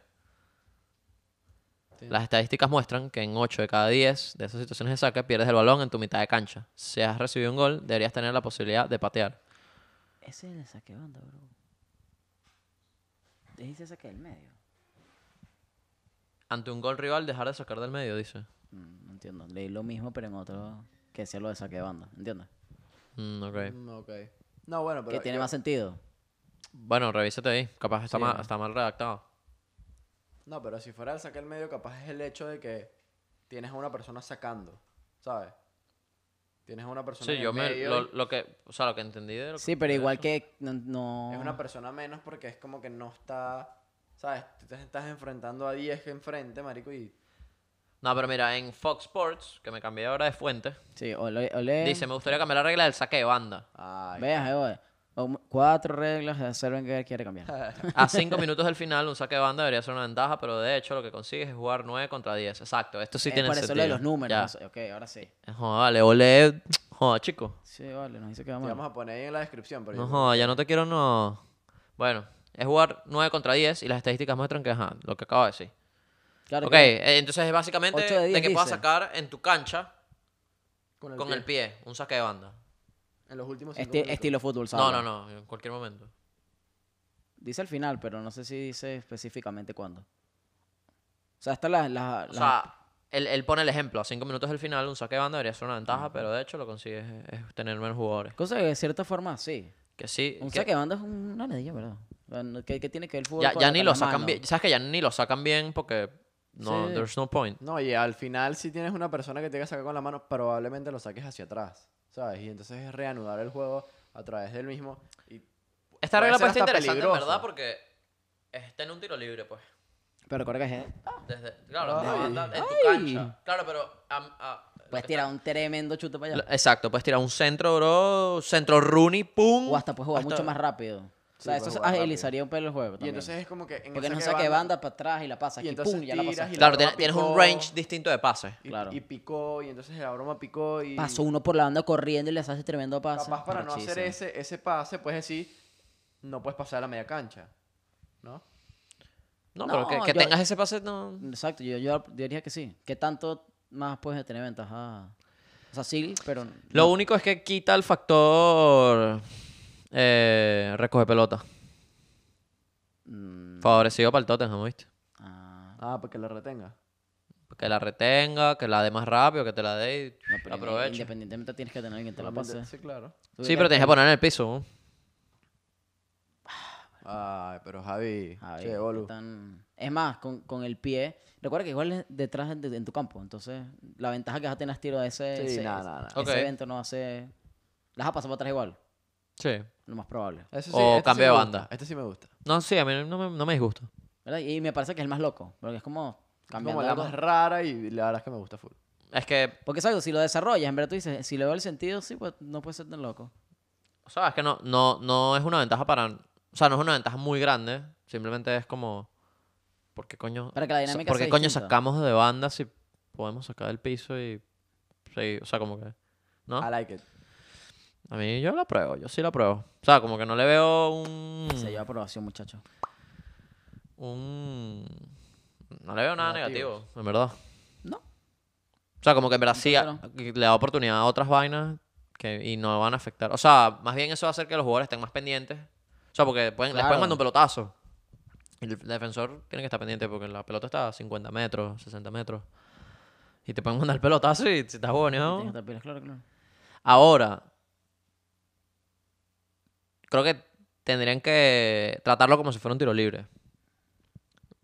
[SPEAKER 3] Sí.
[SPEAKER 1] Las estadísticas muestran que en 8 de cada 10 de esas situaciones de saque pierdes el balón en tu mitad de cancha. Si has recibido un gol, deberías tener la posibilidad de patear.
[SPEAKER 2] Ese es el saque de banda, bro. Dijiste saque del medio.
[SPEAKER 1] Ante un gol rival, dejar de sacar del medio, dice.
[SPEAKER 2] Mm, no entiendo. Leí lo mismo, pero en otro. Que decía lo de saque de banda. ¿Entiendes?
[SPEAKER 1] Mm, ok.
[SPEAKER 3] Mm, ok. No, bueno, pero.
[SPEAKER 2] Que tiene
[SPEAKER 3] yo-
[SPEAKER 2] más sentido.
[SPEAKER 1] Bueno, revísate ahí. Capaz está,
[SPEAKER 3] Sí,
[SPEAKER 1] mal,
[SPEAKER 3] ajá.
[SPEAKER 1] está mal redactado.
[SPEAKER 3] No, pero si fuera el saque al medio, capaz es el hecho de que tienes a una persona sacando, ¿sabes? Tienes a una persona
[SPEAKER 1] Sí,
[SPEAKER 3] en el
[SPEAKER 1] yo me,
[SPEAKER 3] medio
[SPEAKER 1] lo,
[SPEAKER 3] y
[SPEAKER 1] lo que, o sea, lo que entendí de lo
[SPEAKER 2] Sí, pero
[SPEAKER 1] de
[SPEAKER 2] igual
[SPEAKER 1] eso.
[SPEAKER 2] que no. no-
[SPEAKER 3] es una persona menos porque es como que no está, ¿sabes? Tú te estás enfrentando a 10 enfrente, marico, y
[SPEAKER 1] No, pero mira, en Fox Sports, que me cambié ahora de fuente,
[SPEAKER 2] Sí, ole, ole.
[SPEAKER 1] dice, me gustaría cambiar la regla del saque de banda.
[SPEAKER 3] ay,
[SPEAKER 2] Veas, eh, oye. O- Cuatro reglas de hacer Wenger quiere cambiar.
[SPEAKER 1] A cinco minutos del final, un saque de banda debería ser una ventaja, pero de hecho lo que consigues es jugar 9 contra 10. Exacto, esto sí
[SPEAKER 2] Es
[SPEAKER 1] tiene
[SPEAKER 2] por eso
[SPEAKER 1] sentido.
[SPEAKER 2] lo de los números.
[SPEAKER 1] Ya. Eh,
[SPEAKER 2] eso- Ok, ahora sí.
[SPEAKER 1] Joda, vale, ole. Joda, chico.
[SPEAKER 2] Sí, vale, nos dice que
[SPEAKER 3] te
[SPEAKER 2] vamos.
[SPEAKER 3] vamos a poner ahí en la descripción, pero yo
[SPEAKER 1] No,
[SPEAKER 3] creo
[SPEAKER 1] joda, ya no te quiero, no. Bueno, es jugar 9 contra 10 y las estadísticas muestran que, ajá, lo que acabo de decir.
[SPEAKER 2] Claro
[SPEAKER 1] ok,
[SPEAKER 2] que
[SPEAKER 1] eh, entonces es básicamente
[SPEAKER 2] Ocho de
[SPEAKER 1] de,
[SPEAKER 2] diez
[SPEAKER 1] que puedas
[SPEAKER 2] dice.
[SPEAKER 1] sacar en tu cancha
[SPEAKER 3] que con el,
[SPEAKER 1] con
[SPEAKER 3] pie,
[SPEAKER 1] el pie Este un saque de banda.
[SPEAKER 3] en los últimos cinco
[SPEAKER 2] esti-
[SPEAKER 3] minutos.
[SPEAKER 2] estilo fútbol, ¿sabes?
[SPEAKER 1] No, no, no, en cualquier momento.
[SPEAKER 2] Dice al final, pero no sé si dice específicamente cuándo. O sea, está la, la,
[SPEAKER 1] O
[SPEAKER 2] la-
[SPEAKER 1] sea, él, él pone el ejemplo, a cinco minutos del final un saque de banda debería ser una ventaja, pero de hecho lo consigues es- es tener menos jugadores.
[SPEAKER 2] Cosa que de cierta forma, sí.
[SPEAKER 1] Que sí,
[SPEAKER 2] Un
[SPEAKER 1] que
[SPEAKER 2] saque de banda es una ladilla, ¿verdad? O sea, no- ¿Qué, qué tiene que ver el fútbol?
[SPEAKER 1] ya,
[SPEAKER 2] con
[SPEAKER 1] ya
[SPEAKER 2] la-
[SPEAKER 1] ni
[SPEAKER 2] con
[SPEAKER 1] lo
[SPEAKER 2] las
[SPEAKER 1] sacan
[SPEAKER 2] manos?
[SPEAKER 1] bien, sabes que ya ni lo sacan bien porque no,
[SPEAKER 2] Sí.
[SPEAKER 1] there's no point.
[SPEAKER 3] No, y al final si tienes una persona que te que sacar con la mano, probablemente lo saques hacia atrás, ¿sabes? Y entonces es reanudar el juego a través del mismo y
[SPEAKER 1] Esta
[SPEAKER 3] Puede
[SPEAKER 1] regla
[SPEAKER 3] ser
[SPEAKER 1] puede estar
[SPEAKER 3] hasta
[SPEAKER 1] interesante, en
[SPEAKER 3] peligroso.
[SPEAKER 1] verdad, porque está en un tiro libre, pues.
[SPEAKER 2] Pero recuerda que es. ¿eh?
[SPEAKER 1] Desde, claro,
[SPEAKER 3] Ay.
[SPEAKER 1] de banda, en tu
[SPEAKER 2] Ay.
[SPEAKER 1] cancha. Claro, pero... am- a- lo
[SPEAKER 2] Puedes
[SPEAKER 1] que
[SPEAKER 2] tirar un tremendo chute para allá.
[SPEAKER 1] está- Exacto, puedes tirar un centro, bro, centro Rooney, pum.
[SPEAKER 2] O hasta puedes jugar
[SPEAKER 1] hasta-
[SPEAKER 2] mucho más rápido. O sea,
[SPEAKER 3] puedes
[SPEAKER 2] eso
[SPEAKER 3] jugar rápido.
[SPEAKER 2] agilizaría un pelo el juego.
[SPEAKER 3] Y
[SPEAKER 2] también.
[SPEAKER 3] entonces es como que en el
[SPEAKER 2] Porque no
[SPEAKER 3] saque de
[SPEAKER 2] saque de
[SPEAKER 3] banda-
[SPEAKER 2] banda para atrás y la pasas
[SPEAKER 3] Y
[SPEAKER 2] aquí,
[SPEAKER 3] entonces
[SPEAKER 2] pum, ya la
[SPEAKER 3] tiras
[SPEAKER 2] pasas.
[SPEAKER 3] y la
[SPEAKER 1] Claro,
[SPEAKER 3] broma
[SPEAKER 1] tienes, tienes un
[SPEAKER 3] picó.
[SPEAKER 1] range distinto de pases.
[SPEAKER 3] Y,
[SPEAKER 2] Claro.
[SPEAKER 3] y picó, y entonces la broma picó y...
[SPEAKER 2] Pasó uno por la banda corriendo y les hace tremendo pase.
[SPEAKER 3] Capaz para no hacer
[SPEAKER 2] Arrechísimo.
[SPEAKER 3] ese, ese pase, puedes decir, no puedes pasar a la media cancha, ¿no?
[SPEAKER 1] No,
[SPEAKER 2] No,
[SPEAKER 1] pero que, que
[SPEAKER 2] yo-
[SPEAKER 1] tengas ese pase no...
[SPEAKER 2] Exacto, yo, yo diría que sí. ¿Qué tanto más puedes tener ventaja? O sea, sí, pero.
[SPEAKER 1] Lo único es que quita el factor eh, recoge pelota.
[SPEAKER 2] Mm,
[SPEAKER 1] Favorecido para el Tottenham, ¿viste?
[SPEAKER 2] ah,
[SPEAKER 3] Ah, porque la retenga.
[SPEAKER 1] Que la retenga, que la dé más rápido, que te la dé y
[SPEAKER 2] no, pero
[SPEAKER 1] aprovecha.
[SPEAKER 2] Independientemente tienes que tener alguien que te la pase.
[SPEAKER 3] Sí, claro.
[SPEAKER 2] Tú
[SPEAKER 1] Sí,
[SPEAKER 2] dirías
[SPEAKER 1] pero tienes que poner en el piso. ¿no?
[SPEAKER 3] Ay, pero Javi,
[SPEAKER 2] A ver,
[SPEAKER 3] che,
[SPEAKER 2] ¿qué
[SPEAKER 3] bolu.
[SPEAKER 2] tan- Es más, con, con el pie. Recuerda que igual es detrás en, en tu campo. Entonces, la ventaja que vas a tener es tiro de ese,
[SPEAKER 3] Sí,
[SPEAKER 2] ese,
[SPEAKER 3] nada,
[SPEAKER 2] ese-
[SPEAKER 3] nada, nada.
[SPEAKER 2] ese
[SPEAKER 1] Ok.
[SPEAKER 2] evento no hace. Las vas a pasar para atrás igual.
[SPEAKER 1] Sí.
[SPEAKER 2] Lo más probable.
[SPEAKER 3] Eso
[SPEAKER 1] O
[SPEAKER 3] este
[SPEAKER 1] cambio
[SPEAKER 3] me
[SPEAKER 1] de
[SPEAKER 3] gusta,
[SPEAKER 1] banda.
[SPEAKER 3] Este sí me gusta.
[SPEAKER 1] No, sí, a mí no me, no me disgusta.
[SPEAKER 2] ¿Verdad? Y me parece que es el más loco. Porque es como
[SPEAKER 3] Como
[SPEAKER 2] cambiando
[SPEAKER 3] la
[SPEAKER 2] algo.
[SPEAKER 3] más rara y la verdad es que me gusta full.
[SPEAKER 1] Es que,
[SPEAKER 2] Porque es algo, si lo desarrollas, en verdad tú dices, si le veo el sentido, sí, pues no puede ser tan loco.
[SPEAKER 1] o sea, es que no, no, no es una ventaja para... O sea, no es una ventaja muy grande. Simplemente es como... ¿Por qué coño,
[SPEAKER 2] Para que la
[SPEAKER 1] sa-
[SPEAKER 2] dinámica
[SPEAKER 1] por qué
[SPEAKER 2] sea
[SPEAKER 1] coño
[SPEAKER 2] distinta?
[SPEAKER 1] sacamos de banda si podemos sacar del piso y... Sí, o sea, como que... ¿No?
[SPEAKER 3] I like it.
[SPEAKER 1] A mí yo la pruebo, yo sí la pruebo. O sea, como que no le veo un...
[SPEAKER 2] Se lleva aprobación, muchachos.
[SPEAKER 1] un... No le veo nada
[SPEAKER 3] Negativos.
[SPEAKER 1] negativo, en verdad.
[SPEAKER 2] No.
[SPEAKER 1] O sea, como que en verdad sí
[SPEAKER 2] Entonces
[SPEAKER 1] a- le da oportunidad a otras vainas que, y no van a afectar. O sea, más bien eso va a hacer que los jugadores estén más pendientes. O sea, porque pueden, les
[SPEAKER 2] Claro.
[SPEAKER 1] pueden mandar un pelotazo. Y El defensor tiene que estar pendiente porque la pelota está a 50 metros, 60 metros. Y te pueden mandar el pelotazo y si estás
[SPEAKER 2] Tienes
[SPEAKER 1] bueno.
[SPEAKER 2] que estar pilas, claro, claro.
[SPEAKER 1] Ahora, creo que tendrían que tratarlo como si fuera un tiro libre.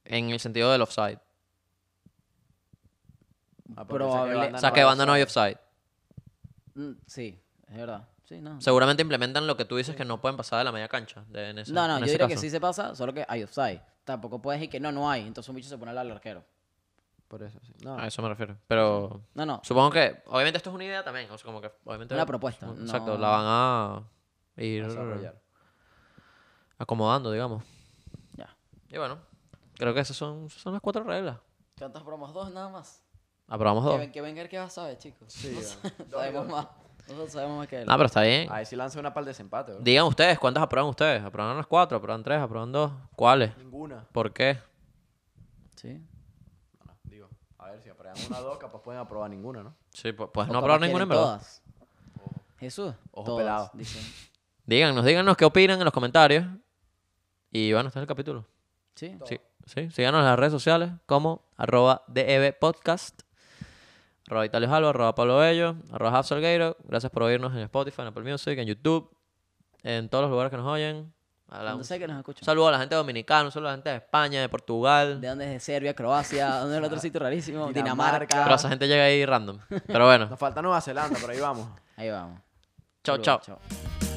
[SPEAKER 1] En el sentido del offside.
[SPEAKER 3] Ah, porque dice que
[SPEAKER 2] Probable.
[SPEAKER 3] banda
[SPEAKER 1] O sea,
[SPEAKER 3] no
[SPEAKER 1] que
[SPEAKER 3] hay
[SPEAKER 1] banda no hay
[SPEAKER 3] offside.
[SPEAKER 1] offside.
[SPEAKER 2] Mm, Sí, es verdad. Sí, no.
[SPEAKER 1] Seguramente implementan lo que tú dices que no pueden pasar de la media cancha. de- en ese-
[SPEAKER 2] No, no,
[SPEAKER 1] en
[SPEAKER 2] yo
[SPEAKER 1] ese
[SPEAKER 2] diría que
[SPEAKER 1] caso.
[SPEAKER 2] sí se pasa, solo que hay offside. Tampoco puedes decir que no, no hay. Entonces un bicho se pone al lado del arquero.
[SPEAKER 3] Por eso, sí. No,
[SPEAKER 1] A eso me refiero. Pero
[SPEAKER 2] No, no.
[SPEAKER 1] supongo que, obviamente esto es una idea también. O sea, como que, obviamente.
[SPEAKER 2] Una propuesta,
[SPEAKER 1] supongo- Exacto,
[SPEAKER 2] no-
[SPEAKER 1] la van a ir
[SPEAKER 3] desarrollar.
[SPEAKER 1] acomodando, digamos.
[SPEAKER 2] Ya.
[SPEAKER 1] Y bueno, creo que esas son, esas son las cuatro reglas.
[SPEAKER 2] ¿Cuántas promos? Dos nada más.
[SPEAKER 1] Aprobamos dos.
[SPEAKER 2] Que, venga el que va a saber, chicos.
[SPEAKER 3] Sí,
[SPEAKER 2] No
[SPEAKER 3] va.
[SPEAKER 2] sa-
[SPEAKER 3] Dos y
[SPEAKER 2] sabemos
[SPEAKER 3] dos.
[SPEAKER 2] más. Nosotros sabemos más que él.
[SPEAKER 1] Ah, pero está bien.
[SPEAKER 3] Ahí sí lanza una pal de desempate, bro.
[SPEAKER 1] Digan ustedes, ¿cuántas aprueban ustedes? ¿Aprueban las cuatro? ¿Aprueban tres? ¿Aprueban dos? ¿Cuáles?
[SPEAKER 3] Ninguna.
[SPEAKER 1] ¿Por qué?
[SPEAKER 2] Sí.
[SPEAKER 3] No, no, digo, a ver si aprueban una o dos, capaz pues pueden aprobar ninguna, ¿no?
[SPEAKER 1] Sí, pues, pues
[SPEAKER 2] O
[SPEAKER 1] no
[SPEAKER 2] capaz
[SPEAKER 1] aprobaron ninguna, en
[SPEAKER 2] quieren
[SPEAKER 1] verdad.
[SPEAKER 2] todas. Jesús.
[SPEAKER 3] Ojo
[SPEAKER 2] todas,
[SPEAKER 3] pelado.
[SPEAKER 2] dicen.
[SPEAKER 1] Díganos, díganos qué opinan en los comentarios. Y bueno, este es el capítulo.
[SPEAKER 2] Sí.
[SPEAKER 1] Sí, sí. Síganos en las redes sociales como arroba DEB Podcast, arroba Italio Jalba, arroba Pablo Bello, arroba Jav Salgueiro. Gracias por oírnos en Spotify, en Apple Music, en YouTube, en todos los lugares que nos oyen. A la-
[SPEAKER 2] Donde
[SPEAKER 1] un
[SPEAKER 2] sea que nos escuchan.
[SPEAKER 1] saludo a la gente dominicana, un saludo a la gente de España, de Portugal.
[SPEAKER 2] ¿De dónde es? De Serbia, Croacia, ¿dónde es el otro sitio rarísimo?
[SPEAKER 3] Dinamarca.
[SPEAKER 2] Dinamarca.
[SPEAKER 1] Pero esa gente llega ahí random. Pero bueno,
[SPEAKER 3] Nos falta Nueva Zelanda, pero ahí vamos.
[SPEAKER 2] Ahí vamos.
[SPEAKER 1] chao,
[SPEAKER 2] Saludos,
[SPEAKER 1] chao.
[SPEAKER 2] chao.